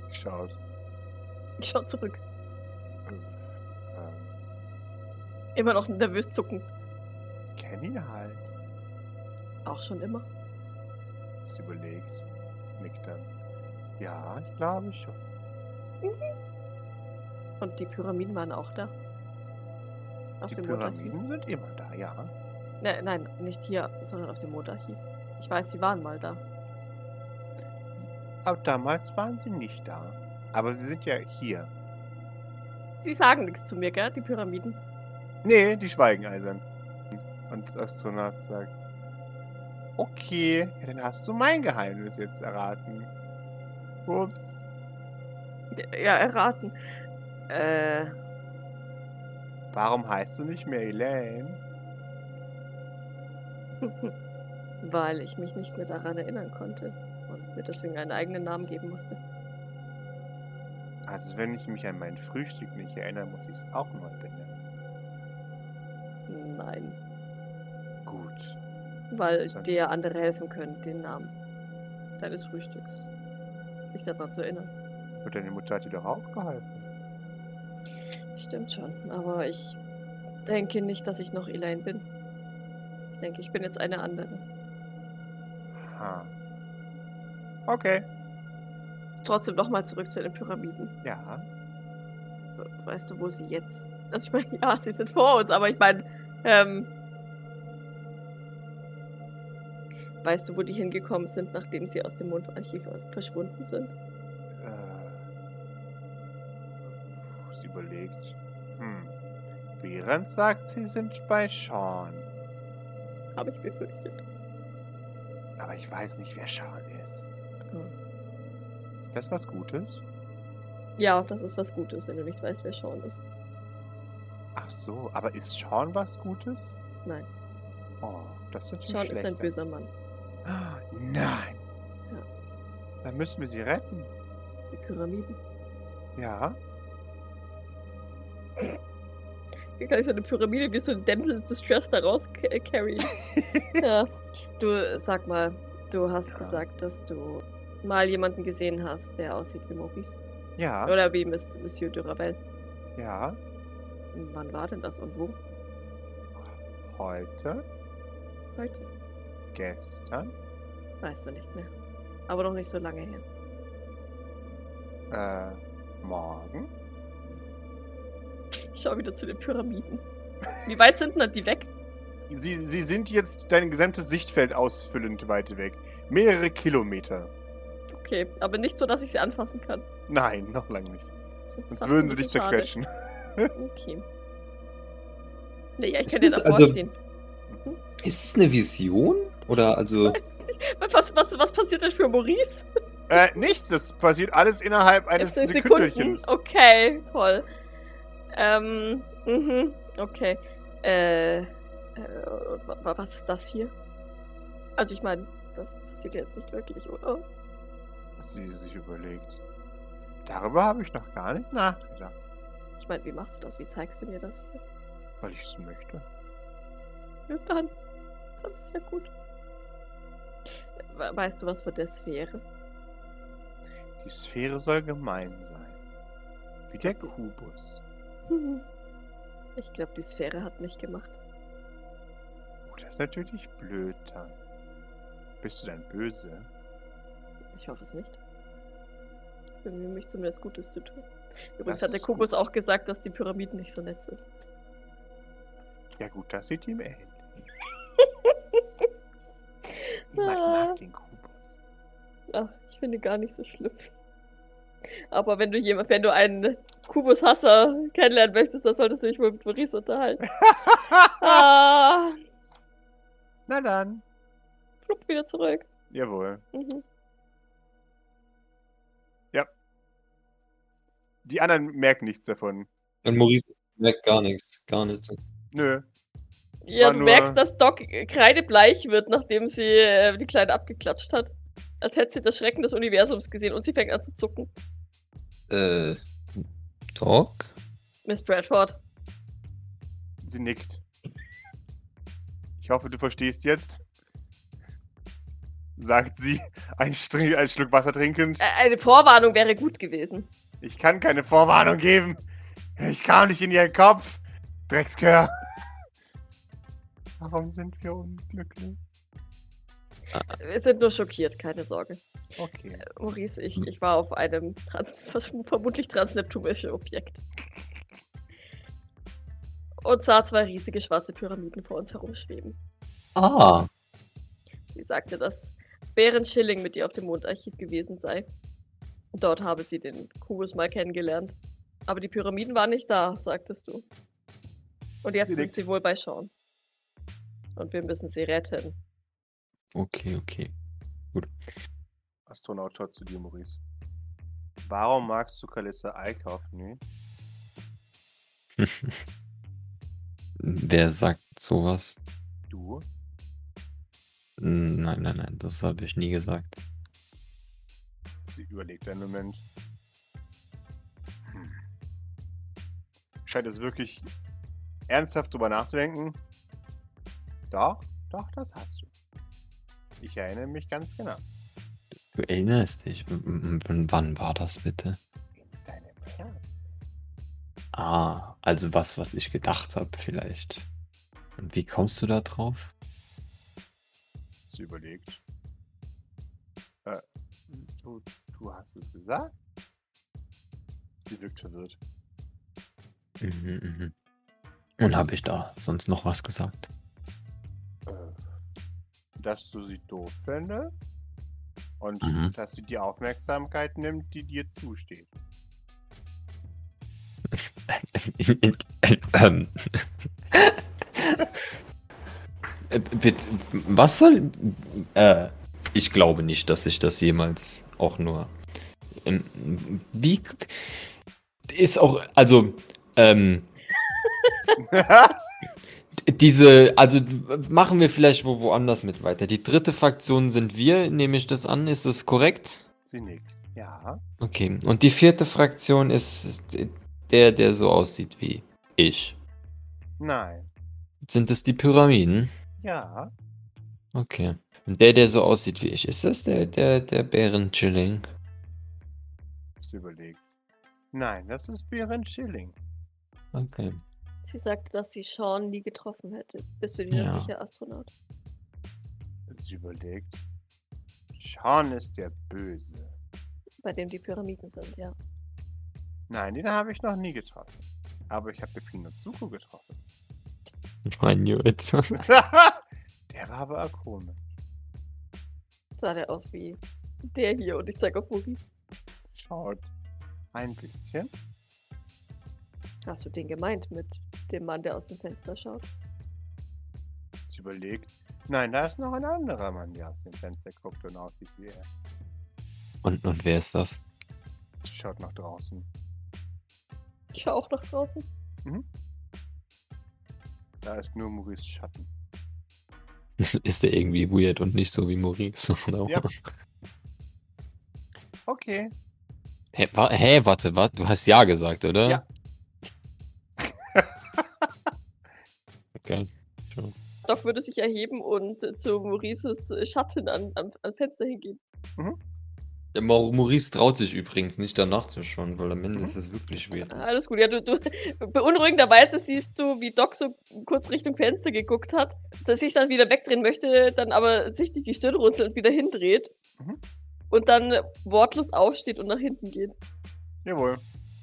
S2: Sie schaut.
S3: Ich schau zurück.
S2: Ähm,
S3: Immer noch nervös zucken.
S2: kenn ihn halt.
S3: Auch schon immer.
S2: Sie überlegt, nickt dann. Ja, ich glaube schon.
S3: Und die Pyramiden waren auch da. Auf
S2: Die
S3: dem Mondarchiv.
S2: Pyramiden sind immer da, ja.
S3: Ne, nein, nicht hier, sondern auf dem Mondarchiv. Ich weiß, sie waren mal da.
S2: Aber damals waren sie nicht da. Aber sie sind ja hier.
S3: Sie sagen nichts zu mir, gell, die Pyramiden.
S2: Nee, die schweigen eisern. Und Astronaut sagt, okay, ja, dann hast du mein Geheimnis jetzt erraten. Ups.
S3: D- Ja, erraten. Äh,
S2: Warum heißt du nicht mehr Elaine?
S3: weil ich mich nicht mehr daran erinnern konnte und mir deswegen einen eigenen Namen geben musste.
S2: Also wenn ich mich an mein Frühstück nicht erinnere, muss ich es auch neu benennen.
S3: Nein,
S2: Gut.
S3: weil
S2: Sag-
S3: dir andere helfen können, den Namen deines Frühstücks. Dich daran zu erinnern.
S2: Und deine Mutter hat dir doch auch geholfen.
S3: Stimmt schon, aber ich denke nicht, dass ich noch Elaine bin. Ich denke, ich bin jetzt eine andere.
S2: Ha. Okay.
S3: Trotzdem nochmal zurück zu den Pyramiden.
S2: Ja.
S3: Weißt du, wo sie jetzt. Also, ich meine, ja, sie sind vor uns, aber ich meine, ähm. Weißt du, wo die hingekommen sind, nachdem sie aus dem Mondarchiv verschwunden sind?
S2: Äh, sie überlegt. Hm. Behrend sagt, sie sind bei Sean.
S3: Habe ich befürchtet.
S2: Aber ich weiß nicht, wer Sean ist.
S3: Hm.
S2: Ist das was Gutes?
S3: Ja, das ist was Gutes, wenn du nicht weißt, wer Sean ist.
S2: Ach so, aber ist Sean was Gutes?
S3: Nein.
S2: Oh, das sind Ah,
S3: Sean ist ein böser Mann.
S2: Nein.
S3: Ja.
S2: Dann müssen wir sie retten.
S3: Die Pyramiden.
S2: Ja.
S3: Hier kann ich so eine Pyramide wie so ein Damsel in Distress da rauscarryen. ja. Du, sag mal, Du hast gesagt, dass du mal jemanden gesehen hast, der aussieht wie Maurice.
S1: Ja,
S3: Oder wie Miss, Monsieur Durabel.
S1: ja.
S3: Wann war denn das und wo?
S1: Heute,
S3: Heute?
S1: gestern,
S3: Weißt du nicht mehr. Aber noch nicht so lange her.
S1: äh, morgen.
S3: Ich schau wieder zu den Pyramiden. Wie weit sind denn die weg?
S2: Sie, sie sind jetzt dein gesamtes Sichtfeld ausfüllend weit weg. Mehrere Kilometer.
S3: Okay, aber nicht so, dass ich sie anfassen kann.
S2: Nein, noch lange nicht. Sonst
S3: Fast ein
S2: würden sie dich
S3: bisschen schade.
S2: zerquetschen.
S3: Okay. Naja, ich
S4: Ist
S3: kann dir
S4: das-
S3: davor
S4: also-
S3: stehen.
S4: Ist es eine Vision? Oder also.
S3: Weiß es nicht. Was, was, was passiert denn für Maurice?
S2: Äh, nichts, das passiert alles innerhalb eines
S3: Jetzt sind Sekunden.
S2: Sekündchens.
S3: Okay, toll. Ähm, mhm, okay. Äh, äh, und wa- wa- was ist das hier? Also ich meine, das passiert jetzt nicht wirklich, oder?
S2: Was sie sich überlegt. Darüber habe ich noch gar nicht nachgedacht,
S3: Ich meine, wie machst du das? Wie zeigst du mir das hier?
S2: weil ich es möchte.
S3: Ja, dann. Das ist ja gut. We- Weißt du was für das wäre?
S2: Die Sphäre soll gemein sein. Wie der Kubus.
S3: Hm. Ich glaube, die Sphäre hat mich gemacht.
S2: Oh, das ist natürlich blöd dann. Bist du dann böse?
S3: Ich hoffe es nicht. Ich bemühe mich zumindest Gutes zu tun. Übrigens
S2: Das
S3: hat der
S2: ist
S3: Kobus auch gesagt, dass die Pyramiden nicht so nett sind.
S2: Ja gut, das sieht ihm ähnlich.
S3: Niemand
S2: Niemand
S3: Ah.
S2: mag
S3: mag
S2: den Kubus.
S3: Ach, ich finde gar nicht so schlimm. Aber wenn du jemand, wenn du einen Kubus-Hasser kennenlernen möchtest, dann solltest du dich wohl mit Maurice unterhalten. ah,
S2: Na dann.
S3: flupp wieder zurück.
S2: Jawohl.
S3: Mhm.
S2: Die anderen merken nichts davon.
S4: Und Maurice merkt gar nichts. Gar nichts.
S2: Nö. Es
S3: Ja,
S2: war
S3: du
S2: nur-
S3: merkst, dass Doc kreidebleich wird, nachdem sie äh, die Kleine abgeklatscht hat. Als hätte sie das Schrecken des Universums gesehen und sie fängt an zu zucken.
S4: Äh. Doc?
S3: Miss Bradford.
S2: Sie nickt. Ich hoffe, du verstehst jetzt. Sagt sie, ein, Str- ein Schluck Wasser trinkend.
S3: Ä- äh, Eine Vorwarnung wäre gut gewesen.
S2: Ich kann keine Vorwarnung geben. Ich kam nicht in ihren Kopf. Dreckskör. Warum sind wir unglücklich?
S3: Wir sind nur schockiert, keine Sorge.
S2: Okay.
S3: Maurice, ich,
S4: Hm.
S3: ich war auf einem trans vers- vermutlich transneptunischen Objekt. Und sah zwei riesige schwarze Pyramiden vor uns herumschweben.
S4: Ah.
S3: Sie sagte, dass Bären Schilling mit ihr auf dem Mondarchiv gewesen sei. Dort habe sie den Kubus mal kennengelernt. Aber die Pyramiden waren nicht da, sagtest du. Und jetzt
S2: Sie
S3: sind
S2: nickt.
S3: sie wohl bei Sean. Und wir müssen sie retten.
S4: Okay, okay.
S2: Astronaut schaut zu dir, Maurice. Warum magst du Kalissa einkaufen? Nee?
S4: Wer sagt sowas?
S2: Du?
S4: Nein, nein, nein, das habe ich nie gesagt.
S2: Sie überlegt einen Moment. Hm. Scheint es wirklich ernsthaft drüber nachzudenken? Doch, doch, das hast du. Ich erinnere mich ganz genau.
S4: Du erinnerst dich. M- m- m- Wann war das bitte?
S2: In deinem Herzen.
S4: Ah, also was, was ich gedacht habe vielleicht. Und wie kommst du da drauf?
S2: Sie überlegt. Äh, du, du hast es gesagt? Sie wirkt verwirrt.
S4: Mhm, mhm. Und habe ich da sonst noch was gesagt?
S2: Äh, dass du sie doof findest und
S4: Mhm.
S2: dass sie die Aufmerksamkeit nimmt, die dir zusteht.
S4: Ähm. Äh, Bitte, was soll... Äh, ich glaube nicht, dass ich das jemals auch nur... Ähm, wie... Ist auch... Also... Ähm, diese, also machen wir vielleicht wo, woanders mit weiter. Die dritte Fraktion sind wir, nehme ich das an. Ist das korrekt?
S2: sie nickt. Ja,
S4: Okay. Und die vierte Fraktion ist, ist der, der so aussieht wie ich.
S2: nein,
S4: Sind es die Pyramiden?
S2: ja,
S4: Okay. Und der, der so aussieht wie ich, ist das der, der, der Bären-Chilling?
S2: Jetzt überlegt.
S1: Nein, das ist Beren Schilling.
S4: Okay.
S3: Sie sagte, dass sie Sean nie getroffen hätte. Bist du dir das
S4: Ja.
S3: sicher, Astronaut?
S2: Jetzt überlegt.
S1: Sean ist der Böse.
S3: Bei dem die Pyramiden sind, ja.
S1: Nein, den habe ich noch nie getroffen. Aber ich habe Pinotsuko getroffen.
S4: I knew it.
S1: Der war aber Akone.
S3: Sah der aus wie der hier und ich zeige auf Maurice.
S1: Schaut ein bisschen.
S3: Hast du den gemeint mit dem Mann, der aus dem Fenster schaut?
S1: Jetzt überlegt. Nein, da ist noch ein anderer Mann, der aus dem Fenster guckt und aussieht wie er.
S4: und, und wer ist das?
S1: Schaut nach draußen.
S3: Ich schaue auch nach draußen.
S1: Da ist nur Maurice Schatten.
S4: Ist der irgendwie weird und nicht so wie Maurice? Oder?
S1: Ja. Okay.
S4: Hä, wa hä, warte, warte, du hast ja gesagt, oder?
S1: Ja.
S4: okay.
S3: Doc würde sich erheben und äh, zu Maurices äh, Schatten an, am, am Fenster hingehen.
S4: Ja, Mau- Maurice traut sich übrigens nicht danach zu schauen, weil am
S1: Mhm.
S4: Ende ist es wirklich weird.
S3: Ah, Alles gut. Ja, du, du beunruhigenderweise siehst du, wie Doc so kurz Richtung Fenster geguckt hat, dass sich dann wieder wegdrehen möchte, dann aber sichtlich die Stirn runzelt und wieder hindreht.
S1: Mhm.
S3: Und dann wortlos aufsteht und nach hinten geht.
S2: Jawohl.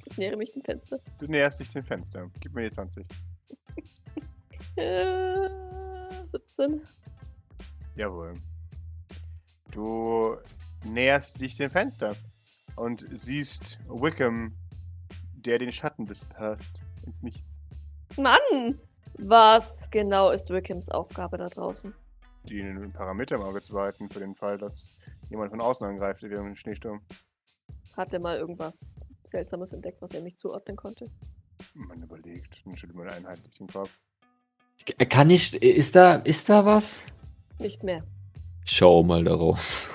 S3: Ich nähere mich dem Fenster.
S2: Du näherst dich dem Fenster. Gib mir die 20.
S3: Äh, 17.
S2: Jawohl. Du näherst dich dem Fenster und siehst Wickham, der den Schatten disperst ins Nichts.
S3: Mann! Was genau ist Wickhams Aufgabe da draußen?
S2: Den Parameter im Auge zu behalten, für den Fall, dass jemand von außen angreift während dem Schneesturm.
S3: Hat er mal irgendwas Seltsames entdeckt, was er nicht zuordnen konnte?
S2: Man überlegt, dann schüttelt man einheitlich den Kopf.
S4: Äh, Kann ich, ist da, ist da was?
S3: Nicht mehr.
S4: Schau mal daraus.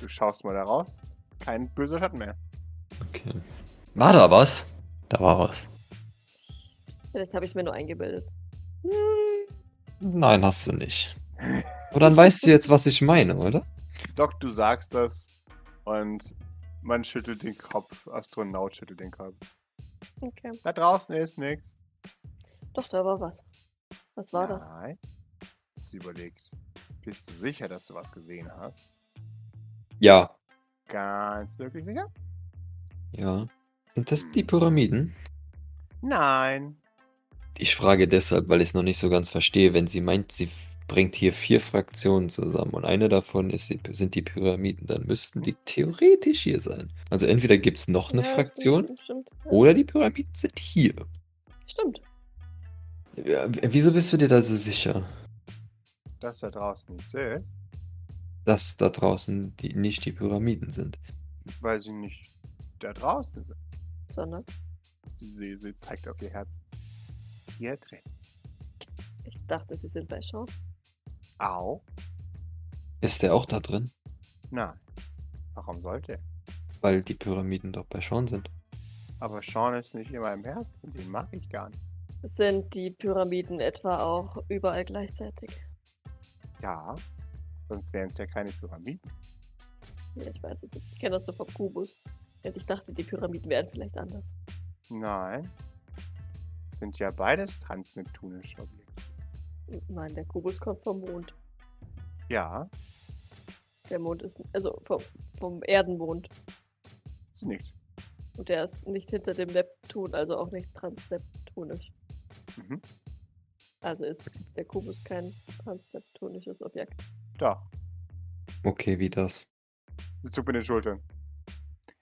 S2: du schaust mal da raus. Kein böser Schatten mehr.
S4: Okay. War da was? Da war was.
S3: Vielleicht habe ich es mir nur eingebildet. Hm,
S4: Nein, hast du nicht. Aber dann weißt du jetzt, was ich meine, oder?
S2: Doc, du sagst das und man schüttelt den Kopf. Astronaut schüttelt den Kopf.
S3: Okay.
S2: Da draußen ist nichts.
S3: Doch, da war was. Was war das?
S2: Nein. Sie überlegt. Bist du sicher, dass du was gesehen hast?
S4: Ja.
S2: Ganz wirklich sicher?
S4: Ja. Sind das die Pyramiden?
S2: Nein.
S4: Ich frage deshalb, weil ich es noch nicht so ganz verstehe, wenn sie meint, sie f- bringt hier vier Fraktionen zusammen und eine davon ist die, sind die Pyramiden, dann müssten die theoretisch hier sein. Also entweder gibt es noch eine
S3: Ja, stimmt,
S4: Fraktion
S3: Stimmt, stimmt, ja.
S4: oder die Pyramiden sind hier.
S3: stimmt.
S4: Ja, w- wieso bist du dir da so sicher,
S2: Das da draußen nichts ist,
S4: dass da draußen die, nicht die Pyramiden sind?
S2: weil sie nicht da draußen sind.
S3: Sondern
S2: Sie, sie, sie zeigt auf ihr Herz. Hier drin.
S3: ich dachte, sie sind bei Sean.
S2: Au.
S4: Ist der auch da drin?
S2: Nein. Warum sollte er?
S4: Weil die Pyramiden doch bei Sean sind.
S2: Aber Sean ist nicht in meinem Herzen. Den mag ich gar nicht.
S3: Sind die Pyramiden etwa auch überall gleichzeitig?
S2: Ja. Sonst wären es ja keine Pyramiden.
S3: Ja, ich weiß es nicht. Ich kenne das nur vom Kubus. Und ich dachte, die Pyramiden wären vielleicht anders.
S2: Nein. Sind ja beides transneptunische Objekte.
S3: Nein, der Kubus kommt vom Mond.
S2: Ja.
S3: Der Mond ist, also vom, vom Erdenmond.
S2: Sie nickt.
S3: Und der ist nicht hinter dem Neptun, also auch nicht transneptunisch.
S2: Mhm.
S3: Also ist der Kubus kein transneptunisches Objekt.
S2: Doch.
S4: Okay, wie das?
S2: Sie zuckt mit den Schultern.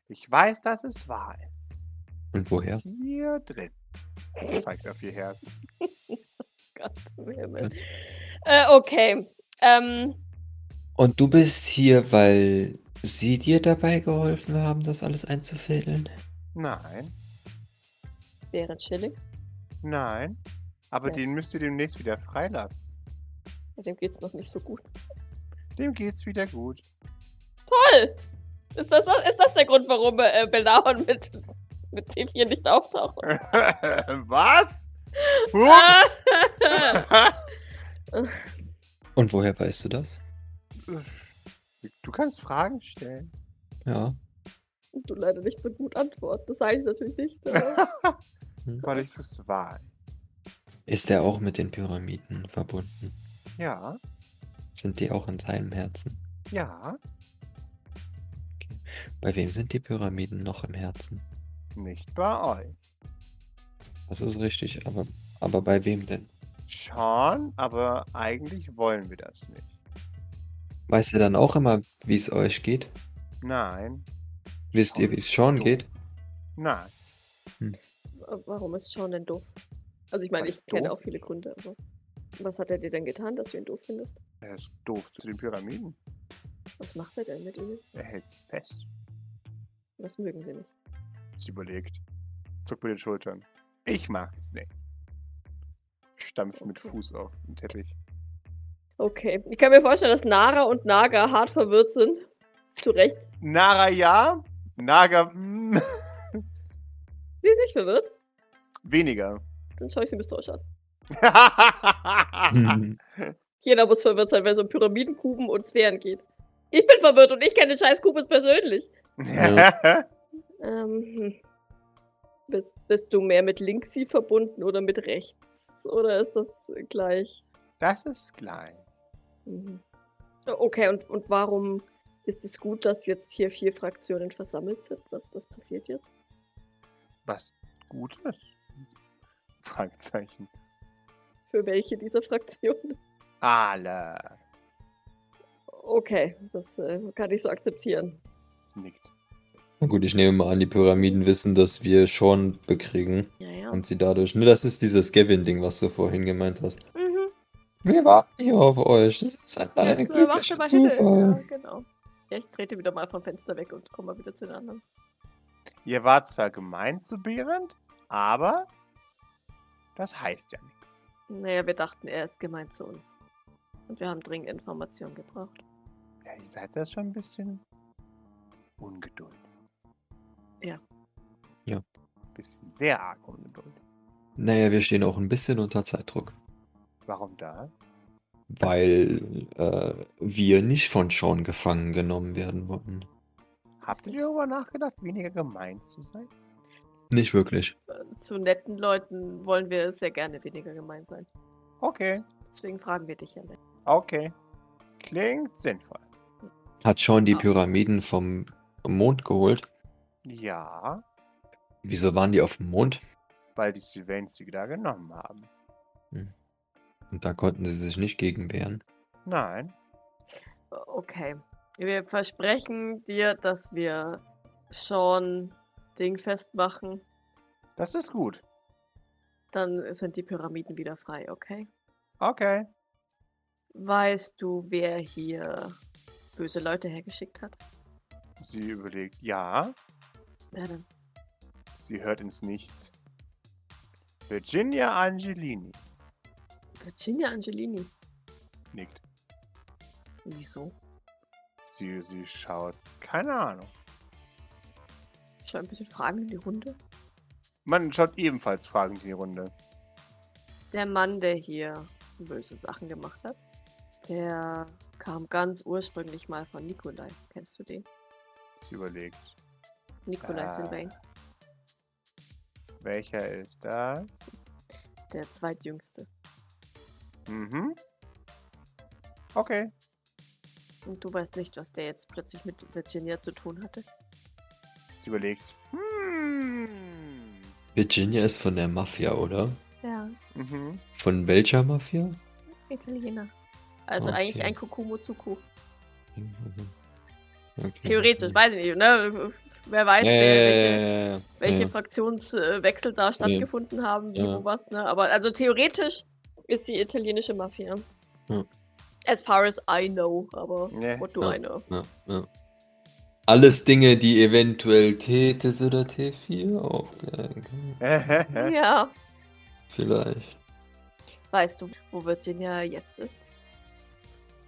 S1: Ich weiß, dass es wahr ist.
S4: Und woher?
S1: Hier drin.
S2: Sie zeigt auf ihr Herz.
S3: Gott im Himmel. Äh, okay. Ähm,
S4: Und du bist hier, weil sie dir dabei geholfen haben, das alles einzufädeln?
S2: Nein.
S3: wäre chillig.
S2: Nein. Aber
S3: Ja.
S2: den müsst ihr demnächst wieder freilassen.
S3: Ja, Dem geht's noch nicht so gut.
S2: Dem geht's wieder gut.
S3: Toll! Ist das, ist das der Grund, warum äh, Belahon mit, mit T4 nicht auftaucht?
S2: Äh, Was?
S3: Ah!
S4: Und woher weißt du das?
S2: Du kannst Fragen stellen.
S4: Ja.
S3: Du leider nicht so gut antworten. Das sage ich natürlich nicht. Aber
S4: Hm.
S2: Weil ich es war.
S4: Ist er auch mit den Pyramiden verbunden?
S2: Ja,
S4: Sind die auch in seinem Herzen?
S2: ja.
S4: Bei wem sind die Pyramiden noch im Herzen?
S2: Nicht bei euch.
S4: Das ist richtig, aber, aber bei wem denn?
S2: Schon, aber eigentlich wollen wir das nicht.
S4: Weiß er dann auch immer, wie es euch geht?
S2: Nein.
S4: Wisst ihr, wie es Sean
S2: Doof.
S4: geht?
S2: Nein.
S3: warum ist Sean denn doof? Also ich meine,
S2: Weil
S3: ich
S2: er
S3: kenne
S2: doof
S3: auch viele
S2: ist.
S3: Gründe, aber was hat er dir denn getan, dass du ihn doof findest?
S2: Er ist doof zu den Pyramiden.
S3: Was macht er denn mit ihnen?
S2: Er hält sie fest.
S3: Was mögen sie nicht?
S2: Sie überlegt. Zuckt mit den Schultern. Ich mag es nicht. Stampft mit
S3: Okay.
S2: Fuß auf den Teppich.
S3: Okay, ich kann mir vorstellen, dass Nara und Naga hart verwirrt sind. Zu Recht.
S2: Nara ja, Naga mm,
S3: Sie ist nicht verwirrt.
S2: weniger.
S3: Dann schaue ich sie misstrauisch an.
S4: Mhm.
S3: Jeder muss verwirrt sein, wenn es um Pyramidenkuben und Sphären geht. Ich bin verwirrt und ich kenne den scheiß Kubus persönlich. Ähm, hm. bist, bist du mehr mit Linksy verbunden oder mit rechts? Oder ist das gleich?
S2: das ist klein.
S3: Mhm. Okay, und, und warum ist es gut, dass jetzt hier vier Fraktionen versammelt sind? Was, was passiert jetzt?
S2: Was gut ist? Fragezeichen.
S3: Für welche dieser Fraktionen?
S2: Alle.
S3: Okay, das äh, kann ich so akzeptieren.
S2: Nickt.
S4: Na gut, ich nehme mal an, die Pyramiden wissen, dass wir Sean bekriegen
S3: Ja, ja.
S4: und sie dadurch. Ne, das ist dieses Gavin-Ding, was du vorhin gemeint hast.
S3: Mhm.
S4: Wir warten hier auf euch. Das ist ein
S3: Ja,
S4: kleiner
S3: jetzt äh, warte
S4: glücklicher
S3: mal hin. Ja,
S4: Zufall.
S3: genau. Ja, ich trete wieder mal vom Fenster weg und komme mal wieder zu den anderen.
S2: Ihr wart zwar gemein zu Behrend, aber das heißt ja nichts.
S3: Naja, wir dachten, er ist gemeint zu uns. Und wir haben dringend Informationen gebraucht.
S2: Ja, ihr seid ja schon ein bisschen ungeduldig.
S3: Ja.
S4: Ja.
S2: Bisschen sehr arg ungeduldig.
S4: Naja, wir stehen auch ein bisschen unter Zeitdruck,
S2: Warum da?
S4: weil äh, wir nicht von Sean gefangen genommen werden wollen.
S2: Habt ihr darüber nachgedacht, weniger gemein zu sein?
S4: Nicht wirklich.
S3: Äh, Zu netten Leuten wollen wir sehr gerne weniger gemein sein.
S2: Okay,
S3: Deswegen fragen wir dich ja nicht.
S2: okay. Klingt sinnvoll.
S4: Hat Sean die
S3: Ah.
S4: Pyramiden vom Mond geholt?
S2: Ja,
S4: Wieso waren die auf dem Mond?
S2: weil die Sylvains sie da genommen haben.
S4: Und da konnten sie sich nicht gegen wehren.
S2: Nein,
S3: Äh, Okay. Wir versprechen dir, dass wir Sean Ding festmachen.
S2: das ist gut.
S3: Dann sind die Pyramiden wieder frei, okay?
S2: Okay.
S3: Weißt du, wer hier böse Leute hergeschickt hat?
S2: Sie überlegt, ja.
S3: Wer denn?
S2: Sie hört ins Nichts. Virginia Angelini
S3: Virginia Angelini.
S2: nickt.
S3: Wieso?
S2: Sie, sie schaut, keine Ahnung.
S3: Schon ein bisschen Fragen in die Runde.
S2: Man schaut ebenfalls fragend in die Runde.
S3: Der Mann, der hier böse Sachen gemacht hat, der kam ganz ursprünglich mal von Nikolai. Kennst du den?
S2: Sie überlegt,
S3: Nikolai
S2: Ah.
S3: Sylvain,
S2: welcher ist das?
S3: der zweitjüngste.
S2: Mhm. Okay.
S3: Und du weißt nicht, was der jetzt plötzlich mit Virginia zu tun hatte?
S2: Sie überlegt. Hm.
S4: Virginia ist von der Mafia, oder?
S3: Ja,
S2: Mhm.
S4: Von welcher Mafia?
S3: Italiener. Also
S4: Okay.
S3: eigentlich ein Kokumo-Zuku.
S4: Okay.
S3: Theoretisch, weiß ich nicht, ne? Wer weiß,
S4: Ja,
S3: wer,
S4: ja,
S3: welche,
S4: Äh, ja, ja, ja.
S3: welche
S4: Ja.
S3: Fraktionswechsel da stattgefunden haben, wie
S4: Ja.
S3: wo was, ne? Aber also theoretisch ist die italienische Mafia.
S4: Ja.
S3: As far as I know, aber
S2: Nee.
S3: what do
S4: Ja.
S3: I know?
S4: Ja, ja. Alles Dinge, die eventuell Tethys oder T4 aufklären können.
S3: Ja.
S4: Vielleicht.
S3: Weißt du, wo Virginia jetzt ist?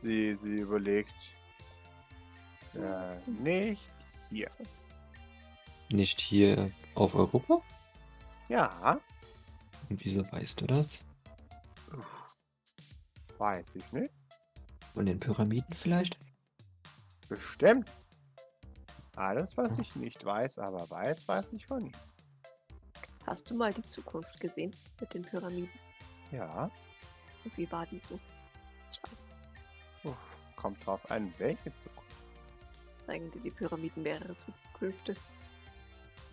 S2: sie, sie überlegt. Äh,
S3: Draußen.
S2: nicht hier.
S4: Nicht hier auf Europa?
S2: Ja,
S4: Und wieso weißt du das?
S2: weiß ich nicht.
S4: Von den Pyramiden vielleicht?
S2: Bestimmt. Alles, was ich nicht weiß, aber weiß, weiß ich von ihm.
S3: Hast du mal die Zukunft gesehen mit den Pyramiden?
S2: Ja,
S3: Und wie war die so? Scheiße.
S2: kommt drauf an, welche Zukunft.
S3: Zeigen dir die Pyramiden mehrere Zukünfte?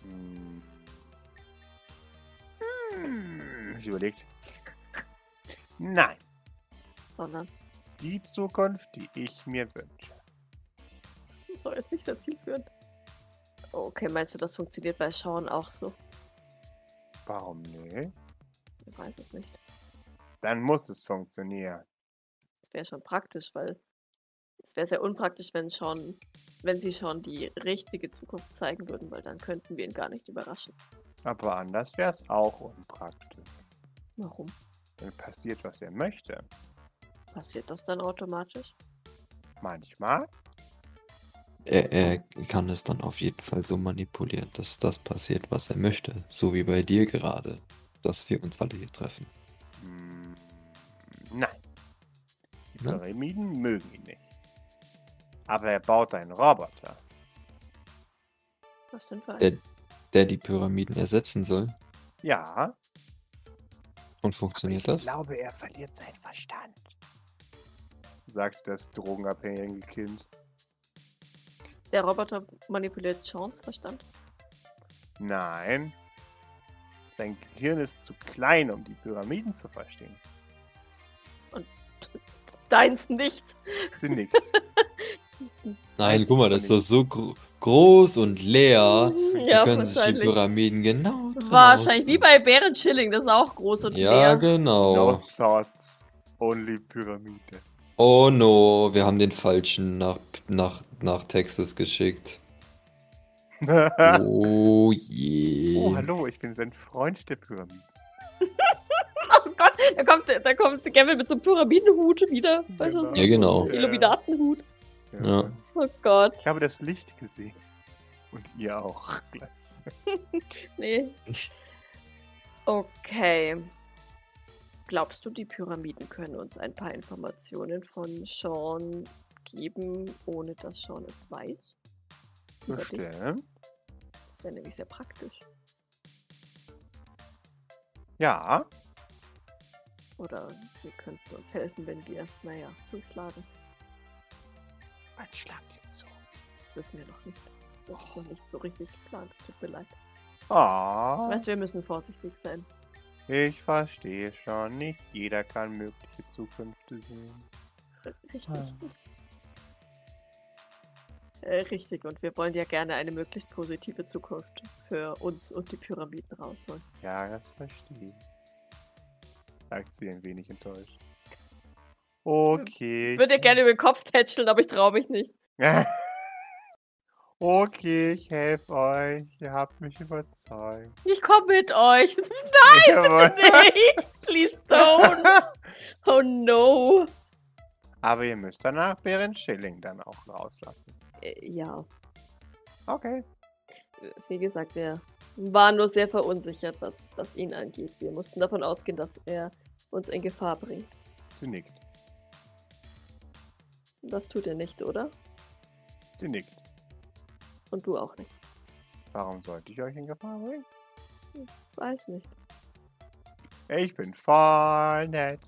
S2: Hm. Hm, Ich überlegt. Nein,
S3: Sondern
S2: die Zukunft, die ich mir wünsche.
S3: das soll jetzt nicht sehr zielführend. Okay, meinst du, das funktioniert bei Schauen auch so?
S2: Warum nicht?
S3: Ich weiß es nicht.
S2: Dann muss es funktionieren.
S3: Das wäre schon praktisch, weil es wäre sehr unpraktisch, wenn schon, wenn sie schon die richtige Zukunft zeigen würden, weil dann könnten wir ihn gar nicht überraschen.
S2: Aber anders wäre es auch unpraktisch.
S3: Warum?
S2: Dann passiert, was er möchte.
S3: Passiert das dann automatisch?
S2: Manchmal,
S4: Er, er kann es dann auf jeden Fall so manipulieren, dass das passiert, was er möchte. So wie bei dir gerade, dass wir uns alle hier treffen.
S2: hm, nein. Die
S4: Ne?
S2: Pyramiden mögen ihn nicht. Aber er baut einen Roboter.
S3: Was denn für ein?
S4: Der, der die Pyramiden ersetzen soll.
S2: Ja,
S4: Und funktioniert das?
S2: glaube, er verliert seinen Verstand. Sagt das drogenabhängige Kind.
S3: Der Roboter manipuliert Chance, Verstand?
S2: Nein. Sein Gehirn ist zu klein, um die Pyramiden zu verstehen.
S3: Deins nicht.
S2: Sie nickt.
S4: Nein,
S2: Weiß
S4: guck mal,
S2: ich
S4: das ist
S2: nicht.
S4: doch so gro groß und leer.
S3: ja,
S4: können sich die
S3: wahrscheinlich.
S4: Pyramiden genau drauf-
S3: Wahrscheinlich wie bei Bären Chilling, das ist auch groß und
S4: Ja,
S3: leer.
S4: genau.
S2: No thoughts. Only Pyramide.
S4: Oh no, wir haben den falschen nach, nach, nach Texas geschickt. Oh je.
S2: oh, hallo, ich bin sein Freund der Pyramiden.
S3: Oh Gott, da kommt, da kommt Gavin mit so einem Pyramidenhut wieder. Weißt du, so
S4: Ja, genau.
S3: einem Illuminatenhut.
S4: Ja.
S3: Oh Gott,
S2: Ich habe das Licht gesehen. Und ihr auch.
S3: nee. Okay. Glaubst du, die Pyramiden können uns ein paar Informationen von Sean geben, ohne dass Sean es weiß? Über dich?
S2: Bestimmt.
S3: Das wäre nämlich sehr praktisch.
S2: Ja.
S3: Oder wir könnten uns helfen, wenn wir, naja, zuschlagen.
S2: Wann schlagt ihr zu?
S3: Das wissen wir noch nicht. Das ist noch nicht so richtig geplant. Es tut mir leid.
S2: Ah.
S3: Weißt du, wir müssen vorsichtig sein.
S2: Ich verstehe schon, nicht jeder kann mögliche Zukünfte sehen.
S3: Richtig. Äh, richtig, und wir wollen ja gerne eine möglichst positive Zukunft für uns und die Pyramiden rausholen.
S2: Ja, das verstehe ich. Sagt sie ein wenig enttäuscht. Okay.
S3: Ich würde dir gerne über den Kopf tätscheln, aber ich traue mich nicht.
S2: okay, ich helfe euch. Ihr habt mich überzeugt.
S3: Ich komme mit euch.
S2: Jawohl.
S3: nee, please don't. Oh no.
S2: Aber ihr müsst danach Bären Schilling dann auch rauslassen.
S3: Äh, ja,
S2: Okay.
S3: wie gesagt, wir waren nur sehr verunsichert, was, was ihn angeht. Wir mussten davon ausgehen, dass er uns in Gefahr bringt.
S2: Sie nickt.
S3: Das tut er nicht, oder?
S2: Sie nickt.
S3: Und du auch nicht.
S2: Warum sollte ich euch in Gefahr bringen?
S3: Weiß nicht.
S2: Ich bin voll nett.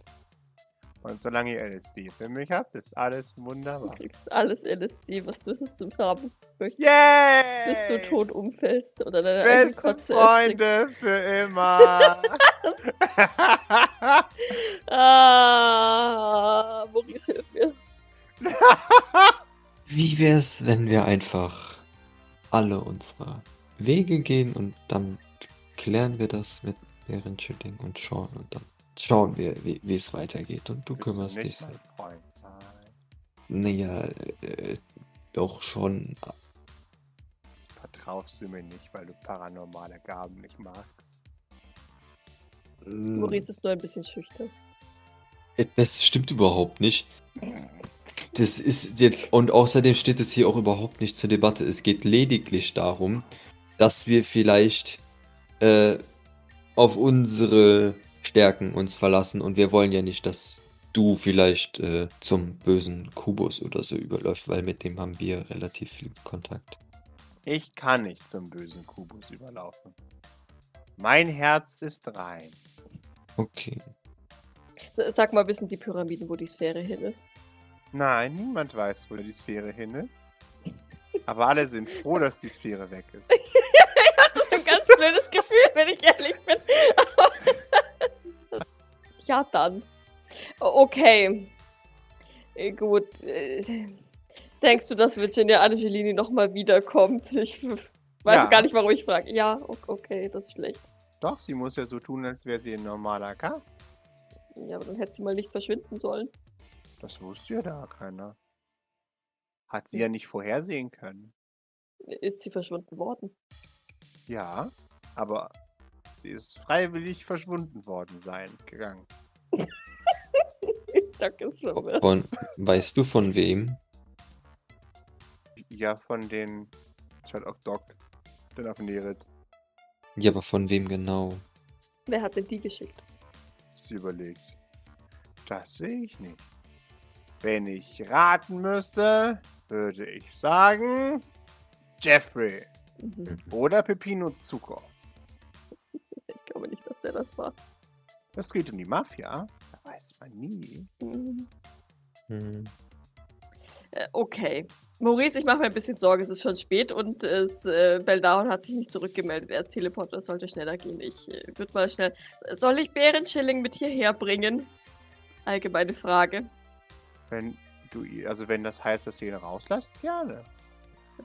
S2: Und solange ihr LSD für mich habt, ist alles
S3: Du
S2: wunderbar.
S3: kriegst alles LSD, was du es zum Haben möchtest.
S2: Yay!
S3: bis du tot umfällst oder deine eigene
S2: Beste
S3: Kotze erstickst.
S2: Freunde für immer.
S3: Ah, Maurice, hilf mir.
S4: Wie wär's, wenn wir einfach alle unsere Wege gehen und dann klären wir das mit Bären Schilling und Sean und dann schauen wir, wie wie es weitergeht und du
S2: Willst
S4: kümmerst
S2: du
S4: dich.
S2: nicht mein Freund sein?
S4: Naja, äh, doch schon.
S2: Vertraust du mir nicht, weil du paranormale Gaben nicht magst?
S4: Hm.
S3: Maurice ist nur ein bisschen schüchtern.
S4: Äh, Das stimmt überhaupt nicht. Das ist jetzt, und außerdem steht es hier auch überhaupt nicht zur Debatte. Es geht lediglich darum, dass wir vielleicht äh, auf unsere Stärken uns verlassen und wir wollen ja nicht, dass du vielleicht äh, zum bösen Kubus oder so überläufst, weil mit dem haben wir relativ viel Kontakt.
S2: Ich kann nicht zum bösen Kubus überlaufen. Mein Herz ist rein.
S4: Okay.
S3: S- Sag mal, wissen die Pyramiden, wo die Sphäre hin ist?
S2: Nein, niemand weiß, wo die Sphäre hin ist. Aber alle sind froh, dass die Sphäre weg ist.
S3: Ich hatte so ein ganz blödes Gefühl, wenn ich ehrlich bin. ja, dann. Okay. Äh, Gut. Äh, Denkst du, dass Virginia Angelini nochmal wiederkommt? Ich weiß
S2: Ja.
S3: gar nicht, warum ich frage. Ja, o- okay, das ist schlecht.
S2: Doch, sie muss ja so tun, als wäre sie ein normaler Gast.
S3: Ja, aber dann hätte sie mal nicht verschwinden sollen.
S2: Das wusste ja da keiner. Hat sie ja nicht vorhersehen können.
S3: Ist sie verschwunden worden?
S2: Ja, aber sie ist freiwillig verschwunden worden sein gegangen.
S3: Danke, Schwamme.
S4: Von, weißt du von wem?
S2: Ja, von den Child of Dog, dann auf Nerit.
S4: Ja, aber von wem genau?
S3: Wer hat denn die geschickt?
S2: Sie überlegt. Das sehe ich nicht. Wenn ich raten müsste, würde ich sagen Jeffrey
S4: Hm.
S3: Mhm.
S2: oder Pepino Zucker.
S3: Ich glaube nicht, dass der das war.
S2: Das geht um die Mafia. Da weiß man nie.
S3: Mhm.
S4: Hm.
S3: Äh, Okay. Maurice, ich mache mir ein bisschen Sorge, es ist schon spät und es, äh, Beldahon hat sich nicht zurückgemeldet. Er ist Teleporter, es sollte schneller gehen. Ich äh, würde mal schnell. Soll ich Bärenschilling mit hierher bringen? Allgemeine Frage.
S2: Wenn du, i- also wenn das heißt, dass du ihn rauslässt, gerne.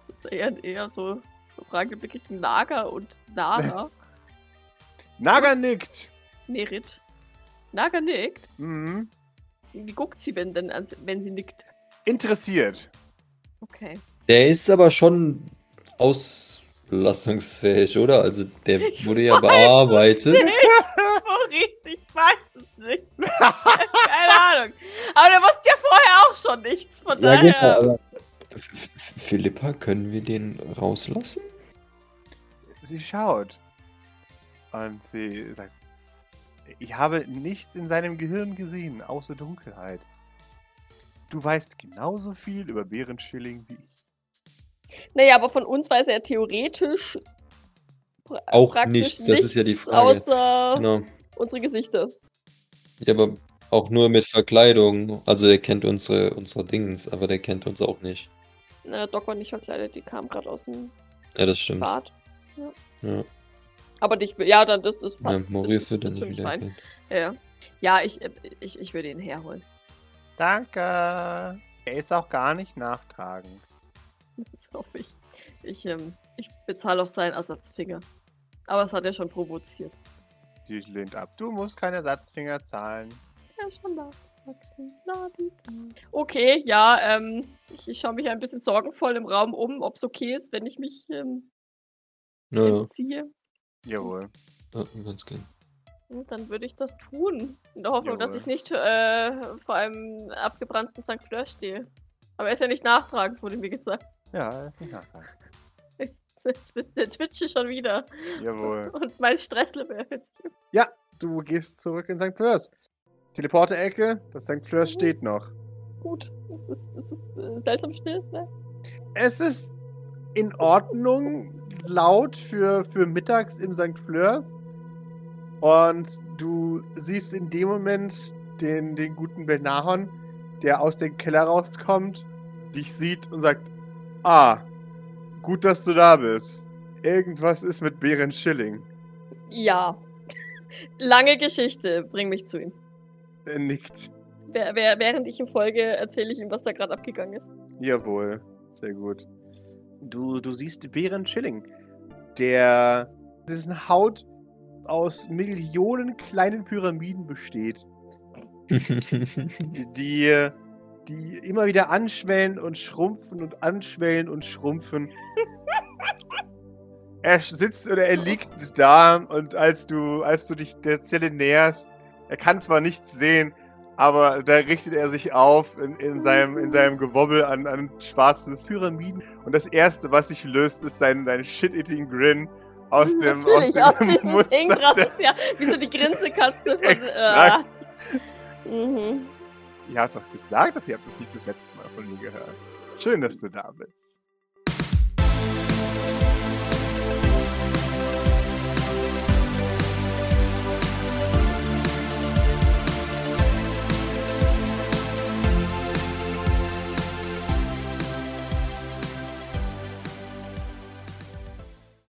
S3: Das ist eher, eher so eine Frage mit Richtung Naga und Nara.
S2: Naga nickt.
S3: Nerit. Naga nickt.
S2: Mhm.
S3: Wie guckt sie denn, denn an, wenn sie nickt?
S2: Interessiert.
S3: Okay.
S4: Der ist aber schon auslassungsfähig, oder? Also der
S3: Ich
S4: wurde ja
S3: weiß es
S4: bearbeitet.
S3: nicht. Maurice, ich weiß es nicht. Keine Ahnung. Aber der wusste ja vorher auch schon nichts, von
S4: Ja, genau, also
S3: daher.
S4: gut, aber F- F- Philippa, können wir den rauslassen?
S2: Sie schaut. Und sie sagt, ich habe nichts in seinem Gehirn gesehen, außer Dunkelheit. Du weißt genauso viel über Bärenschilling wie ich.
S3: Naja, aber von uns weiß er theoretisch pra-
S4: Auch
S3: praktisch
S4: nichts, das ist ja die
S3: nichts
S4: Frage.
S3: Außer
S4: Genau.
S3: unsere Gesichter.
S4: Ja, aber auch nur mit Verkleidung. Also er kennt unsere, unsere Dings, aber der kennt uns auch nicht.
S3: Na, Doc war nicht verkleidet, die kam gerade aus dem
S4: Ja, das stimmt.
S3: Bad.
S4: Ja.
S3: Aber dich, ja, dann das ist.
S4: Ja,
S3: ist-
S4: Maurice wird dann
S3: ist für
S4: nicht
S3: mich
S4: wieder.
S3: fein.
S4: erkannt.
S3: Ja, ja ich, äh, ich, ich würde ihn herholen.
S2: Danke. Er ist auch gar nicht nachtragend.
S3: Das hoffe ich. Ich, ähm, ich bezahle auch seinen Ersatzfinger. Aber es hat er schon provoziert.
S2: Sie lehnt ab. Du musst keine Satzfinger zahlen.
S3: Ja, schon da. Wachsen. Na, die da. Okay, ja, ähm, ich, ich schaue mich ein bisschen sorgenvoll im Raum um, ob es okay ist, wenn ich mich ähm,
S4: Ja,
S3: entziehe.
S2: Jawohl.
S4: ja, ganz gern.
S3: Gut, Hm, Dann würde ich das tun. In der Hoffnung, dass
S2: Jawohl.
S3: ich nicht äh, vor einem abgebrannten St. Fleur stehe. Aber er ist ja nicht nachtragend, wurde mir gesagt.
S2: Ja, er ist nicht nachtragend.
S3: Jetzt wird der Twitch schon wieder.
S2: Jawohl.
S3: Und mein Stresslevel erhöht sich.
S2: Du gehst zurück in St. Flörs. Teleporterecke, das St. Flörs steht noch.
S3: Gut. Es ist, es ist äh, seltsam still, ne?
S2: Es ist in Ordnung laut für, für mittags im St. Flörs. Und du siehst in dem Moment den, den guten Benahon, der aus dem Keller rauskommt, dich sieht und sagt: Ah, gut, dass du da bist. Irgendwas ist mit Beren Schilling.
S3: Ja. Lange Geschichte. Bring mich zu ihm.
S2: Er nickt.
S3: Wer- wer- Während ich ihm folge, erzähle ich ihm, was da gerade abgegangen ist.
S2: Jawohl, sehr gut. Du, du siehst Bären Schilling. Der dessen Haut aus Millionen kleinen Pyramiden besteht,
S4: genau.
S2: die, die immer wieder anschwellen und schrumpfen und anschwellen und schrumpfen. er sitzt oder er liegt da und als du, als du dich der Zelle näherst, er kann zwar nichts sehen, aber da richtet er sich auf in, in, seinem, in seinem Gewobbel an, an schwarzen Pyramiden. Und das Erste, was sich löst, ist sein, sein shit-eating Grin aus dem,
S3: Natürlich,
S2: aus
S3: aus
S2: dem
S3: diesem
S2: Muster
S3: Ding raus.
S2: der-
S3: Ja, wie so die Grinsekatze von.
S2: Exakt.
S3: Äh, mhm.
S2: Ihr habt doch gesagt, dass ihr habt das nicht das letzte Mal von mir gehört. Schön, dass du da bist.